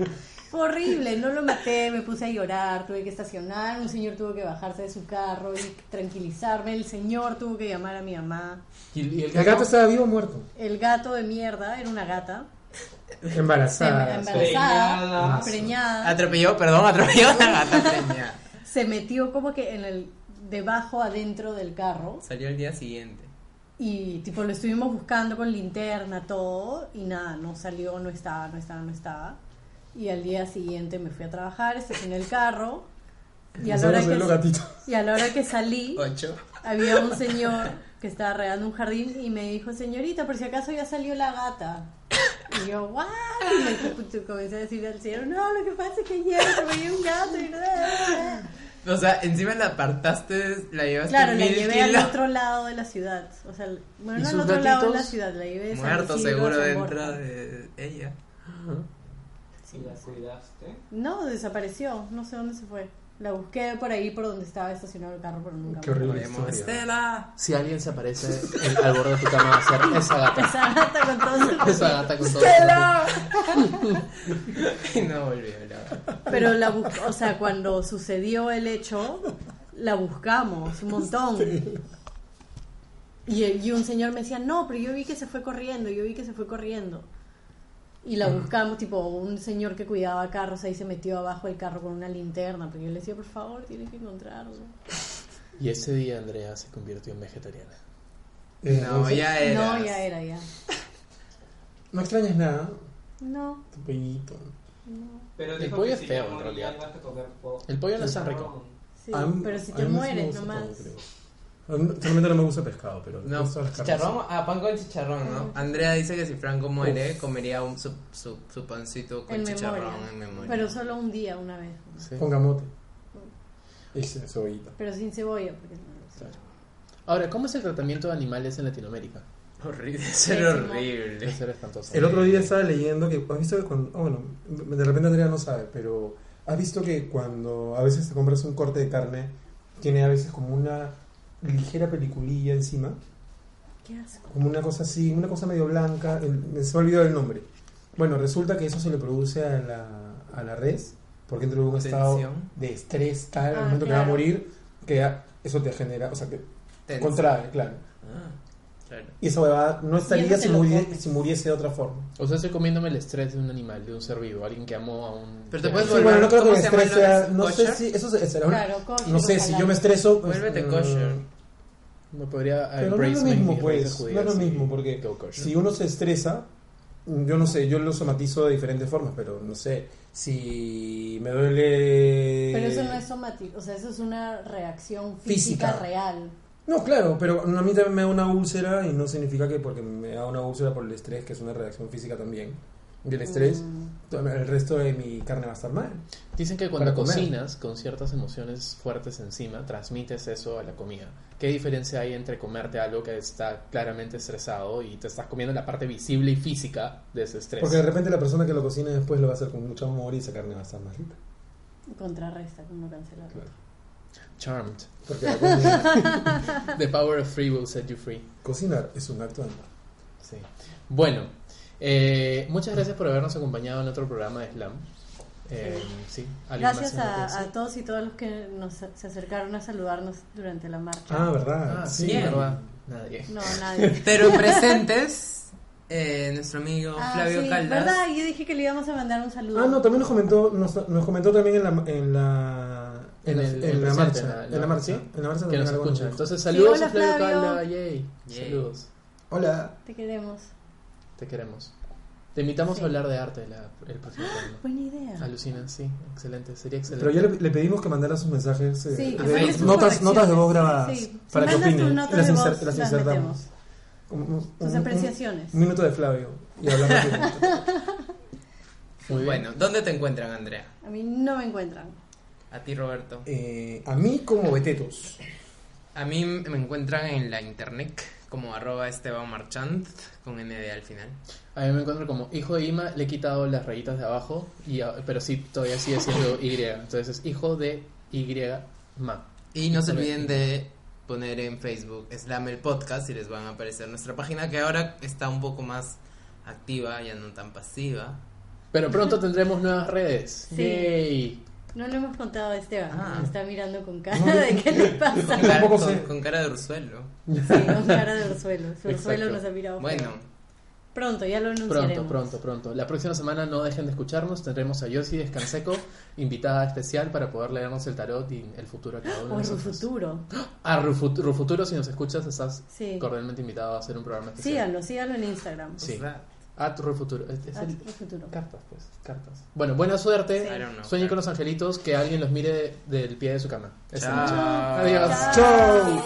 Speaker 1: Fue Horrible, no lo maté, me puse a llorar, tuve que estacionar, un señor tuvo que bajarse de su carro y tranquilizarme, el señor tuvo que llamar a mi mamá.
Speaker 4: ¿Y, y el
Speaker 2: ¿El gato estaba vivo o muerto?
Speaker 1: El gato de mierda era una gata, se
Speaker 2: Embarazada.
Speaker 1: Em- embarazada, preñada.
Speaker 3: Atropelló, perdón, atropelló a una gata preñada.
Speaker 1: se metió como que en el debajo adentro del carro
Speaker 3: Salió el día siguiente.
Speaker 1: y tipo lo estuvimos buscando con linterna todo y nada no salió no estaba no estaba no estaba y al día siguiente me fui a trabajar estacioné el carro y a la hora
Speaker 2: Nosotros los
Speaker 1: que
Speaker 2: gatitos.
Speaker 1: y a la hora que salí
Speaker 3: Ocho.
Speaker 1: había un señor que estaba regando un jardín y me dijo, señorita, por si acaso ya salió la gata. Y yo, ¿what? Y me co- comencé a decirle al señor, no, lo que pasa es que ayer atropellé un gato y no.
Speaker 3: O sea, encima la apartaste, la llevaste
Speaker 1: Claro, la
Speaker 3: mil
Speaker 1: llevé al
Speaker 3: kilos.
Speaker 1: otro lado de la ciudad. O sea, bueno,
Speaker 4: ¿Y
Speaker 1: no al
Speaker 4: sus
Speaker 1: otro lado de la
Speaker 4: gatitos?
Speaker 1: ciudad, la llevé de San
Speaker 3: Muerto
Speaker 1: Isidro a
Speaker 3: seguro
Speaker 1: San
Speaker 3: dentro
Speaker 1: Borja.
Speaker 3: de ella.
Speaker 5: ¿Y la cuidaste?
Speaker 1: No, desapareció, no sé dónde se fue. La busqué por ahí por donde estaba estacionado el carro, pero nunca.
Speaker 2: Qué horrible
Speaker 3: Como,
Speaker 2: historia.
Speaker 3: Estela.
Speaker 4: Si alguien se aparece en- al borde de tu cama va a ser esa gata.
Speaker 1: Esa gata con todo su-
Speaker 4: Esa gata con todo.
Speaker 3: Y no volvió, la verdad.
Speaker 1: Pero la buscó, o sea, cuando sucedió el hecho, la buscamos un montón. Y, y un señor me decía, no, pero yo vi que se fue corriendo, yo vi que se fue corriendo. Y
Speaker 2: Ah.
Speaker 1: la buscamos, tipo, un señor que cuidaba carros ahí se metió abajo del carro con una linterna, porque yo le decía, por favor, tienes que encontrarlo.
Speaker 4: Y ese día Andrea se convirtió en vegetariana.
Speaker 2: Eh,
Speaker 3: No, ya era.
Speaker 1: No, ya era, ya.
Speaker 2: No extrañas nada.
Speaker 1: No,
Speaker 2: Tu pollito.
Speaker 1: no.
Speaker 5: Pero
Speaker 4: El
Speaker 5: dijo
Speaker 4: pollo
Speaker 5: que
Speaker 4: es
Speaker 5: si
Speaker 4: feo,
Speaker 5: yo
Speaker 4: en
Speaker 5: moría,
Speaker 4: realidad.
Speaker 5: vas a comer pollo.
Speaker 4: El pollo no es tan rico.
Speaker 1: Sí,
Speaker 2: A mí-
Speaker 1: pero si
Speaker 2: a
Speaker 1: te
Speaker 2: mí sí me
Speaker 1: mueres
Speaker 2: gusta
Speaker 1: nomás.
Speaker 2: todo, creo. A mí- Solamente no me gusta pescado, pero
Speaker 3: No,
Speaker 2: todas las carnes.
Speaker 3: chicharrón, ah, pan con chicharrón, ¿no? Andrea dice que si Franco muere, comería un, su, su, su pancito con
Speaker 1: En
Speaker 3: chicharrón
Speaker 1: memoria.
Speaker 3: en memoria.
Speaker 1: Pero solo un día, una vez.
Speaker 4: Sí.
Speaker 2: Con gamote. Y ce- cebollita.
Speaker 1: Pero sin cebolla, porque no lo sé.
Speaker 4: Ahora, ¿cómo es el tratamiento de animales en Latinoamérica?
Speaker 3: Horrible, ser horrible.
Speaker 4: Debe ser espantoso.
Speaker 2: El otro día estaba leyendo que. ¿Has visto que cuando.? oh, bueno, de repente Andrea no sabe, pero. ¿Has visto que cuando a veces te compras un corte de carne, tiene a veces como una ligera peliculilla encima?
Speaker 1: Qué asco.
Speaker 2: como una cosa así, una cosa medio blanca, el- me- se me olvidó el nombre. Bueno, resulta que eso se le produce a la, a la res, porque entra en un estado
Speaker 3: Tensión.
Speaker 2: de estrés tal,
Speaker 1: Ah,
Speaker 2: al momento que va a
Speaker 1: claro.
Speaker 2: morir, que ya- eso te genera, o sea, que
Speaker 3: Tenso.
Speaker 2: contrae, claro.
Speaker 3: Ah, claro.
Speaker 2: Y esa huevada no estaría
Speaker 1: se
Speaker 2: si,
Speaker 1: lo
Speaker 2: muri-
Speaker 1: come.
Speaker 2: si muriese de otra forma.
Speaker 4: O sea, estoy comiéndome el estrés de un animal, de un ser vivo, alguien que amó a un.
Speaker 3: Pero te puedes
Speaker 2: Sí,
Speaker 3: volver-
Speaker 2: bueno, no creo que
Speaker 3: ¿cómo
Speaker 2: el
Speaker 3: se llama el
Speaker 2: estrés sea,
Speaker 3: nombre?
Speaker 2: no sé
Speaker 3: ¿Kosher?
Speaker 2: si, eso se- será una-
Speaker 1: Claro, kosher,
Speaker 2: no sé, si
Speaker 1: ojalá.
Speaker 2: yo me estreso... pues,
Speaker 3: Vuélvete
Speaker 2: mm,
Speaker 3: kosher.
Speaker 4: Me podría
Speaker 2: Pero no es lo
Speaker 4: embrace
Speaker 2: mismo,
Speaker 4: mis raíces
Speaker 2: pues. No es lo
Speaker 4: judías y
Speaker 2: mismo, porque
Speaker 4: go kosher.
Speaker 2: si uno se estresa, yo no sé, yo lo somatizo de diferentes formas, pero no sé. Si me duele.
Speaker 1: Pero eso no es somático, o sea, eso es una reacción
Speaker 2: Eh, Física.
Speaker 1: física, real.
Speaker 2: No, claro, pero a mí también me da una úlcera y no significa que porque me da una úlcera por el estrés, que es una reacción física también, del estrés,
Speaker 1: Mm,
Speaker 2: el resto de mi carne va a estar mal.
Speaker 4: Dicen que cuando
Speaker 2: Para comer.
Speaker 4: cocinas con ciertas emociones fuertes encima, transmites eso a la comida. ¿Qué diferencia hay entre comerte algo que está claramente estresado y te estás comiendo la parte visible y física de ese estrés?
Speaker 2: Porque de repente la persona que lo cocina después lo va a hacer con mucho amor y esa carne va a estar más rica.
Speaker 1: Contrarresta, como cancelar.
Speaker 2: Claro.
Speaker 4: Charmed.
Speaker 2: Porque la cocina,
Speaker 4: The power of free will set you free.
Speaker 2: cocinar es un acto de amor.
Speaker 4: Sí. Bueno, eh, muchas gracias por habernos acompañado en otro programa de Slam. Eh, sí, ¿alguien
Speaker 1: Gracias
Speaker 4: más en la
Speaker 1: a,
Speaker 4: audiencia?
Speaker 1: a todos y todas los que nos se acercaron a saludarnos durante la marcha.
Speaker 2: Ah, ¿verdad?
Speaker 4: Ah, sí,
Speaker 3: ¿Quién?
Speaker 4: verdad. Nadie.
Speaker 1: No, nadie.
Speaker 3: Pero en presentes, eh, nuestro amigo
Speaker 1: Ah,
Speaker 3: Flavio
Speaker 1: sí,
Speaker 3: Caldas.
Speaker 1: ¿verdad? Yo dije que le íbamos a mandar un saludo.
Speaker 2: Ah, no, también nos comentó, nos, nos comentó también en la en la en,
Speaker 4: En
Speaker 2: la- en la
Speaker 4: el- el presente, en
Speaker 2: marcha,
Speaker 4: la-
Speaker 2: en la marcha,
Speaker 4: sí.
Speaker 2: en la marcha
Speaker 4: Que
Speaker 2: también
Speaker 4: nos
Speaker 2: algo
Speaker 4: escucha.
Speaker 2: nos dijo.
Speaker 4: Entonces, saludos
Speaker 1: hola,
Speaker 4: a Flavio
Speaker 1: Flavio.
Speaker 4: Calda. Yay.
Speaker 3: Yay.
Speaker 4: Saludos.
Speaker 2: Hola.
Speaker 1: Te queremos.
Speaker 4: Te queremos. Te invitamos
Speaker 1: Sí.
Speaker 4: a hablar de arte la, el próximo programa.
Speaker 1: Buena idea.
Speaker 4: Alucina, sí, excelente, sería excelente.
Speaker 2: Pero ya le, le pedimos que mandara sus mensajes eh,
Speaker 1: Sí, que
Speaker 2: de-
Speaker 1: manden sus
Speaker 2: notas notas de voz
Speaker 1: correcciones.
Speaker 2: grabadas
Speaker 1: Sí. Si
Speaker 2: para
Speaker 1: mandas
Speaker 2: que
Speaker 1: tus
Speaker 2: opinen.
Speaker 1: notas
Speaker 2: las
Speaker 1: de
Speaker 2: inser-
Speaker 1: voz,
Speaker 2: las
Speaker 1: las
Speaker 2: insertamos.
Speaker 1: metemos.
Speaker 2: Un- un- un-
Speaker 1: Tus
Speaker 2: un-
Speaker 1: apreciaciones.
Speaker 2: Un minuto de Flavio y hablamos de
Speaker 4: Muy bien.
Speaker 3: Bueno, ¿dónde te encuentran, Andrea?
Speaker 1: A mí no me encuentran.
Speaker 3: A ti, Roberto.
Speaker 2: eh, a mí como Betetos.
Speaker 3: A mí me encuentran en la internet como arroba Esteban Marchand con ND al final.
Speaker 4: A mí me encuentro como hijo de Ima, le he quitado las rayitas de abajo, y, a- pero sí, todavía sigue siendo Y. Entonces es hijo de Y Ma.
Speaker 3: Y no se olviden de poner en Facebook Slam el podcast y les van a aparecer nuestra página que ahora está un poco más activa, ya no tan pasiva.
Speaker 4: Pero pronto tendremos nuevas redes.
Speaker 1: Sí.
Speaker 4: Yay.
Speaker 1: No lo hemos contado a Esteban.
Speaker 3: Ah.
Speaker 1: Me está mirando con cara de qué le pasa.
Speaker 3: Con cara-
Speaker 2: tampoco
Speaker 3: con,
Speaker 2: sé.
Speaker 3: con cara de Ursuelo.
Speaker 1: Sí, con cara de Orzuelo. Su Orzuelo
Speaker 4: Exacto.
Speaker 1: nos ha mirado. feo.
Speaker 3: Bueno,
Speaker 1: Pronto, ya lo anunciaremos.
Speaker 4: Pronto, pronto, pronto. La próxima semana no dejen de escucharnos. Tendremos a Yossi Descanseco, invitada especial para poder leernos el tarot y el futuro a cada uno
Speaker 1: O
Speaker 4: de
Speaker 1: en su
Speaker 4: nosotros.
Speaker 1: futuro.
Speaker 4: Ah, Rufut- Rufuturo, si nos escuchas, estás
Speaker 1: Sí.
Speaker 4: cordialmente invitado a hacer un programa especial.
Speaker 1: Síganlo, síganlo en Instagram.
Speaker 4: Sí. Ah,
Speaker 3: o sea,
Speaker 4: At Rufuturo. Es, es
Speaker 1: At
Speaker 4: el-
Speaker 1: Rufuturo.
Speaker 4: Cartas, pues. Cartas. Bueno, buena suerte.
Speaker 3: Ah, I don't know.
Speaker 4: Sueñen con los angelitos. Que alguien los mire de- del pie de su cama. Esa
Speaker 3: Chao.
Speaker 4: noche. Adiós.
Speaker 2: Chao.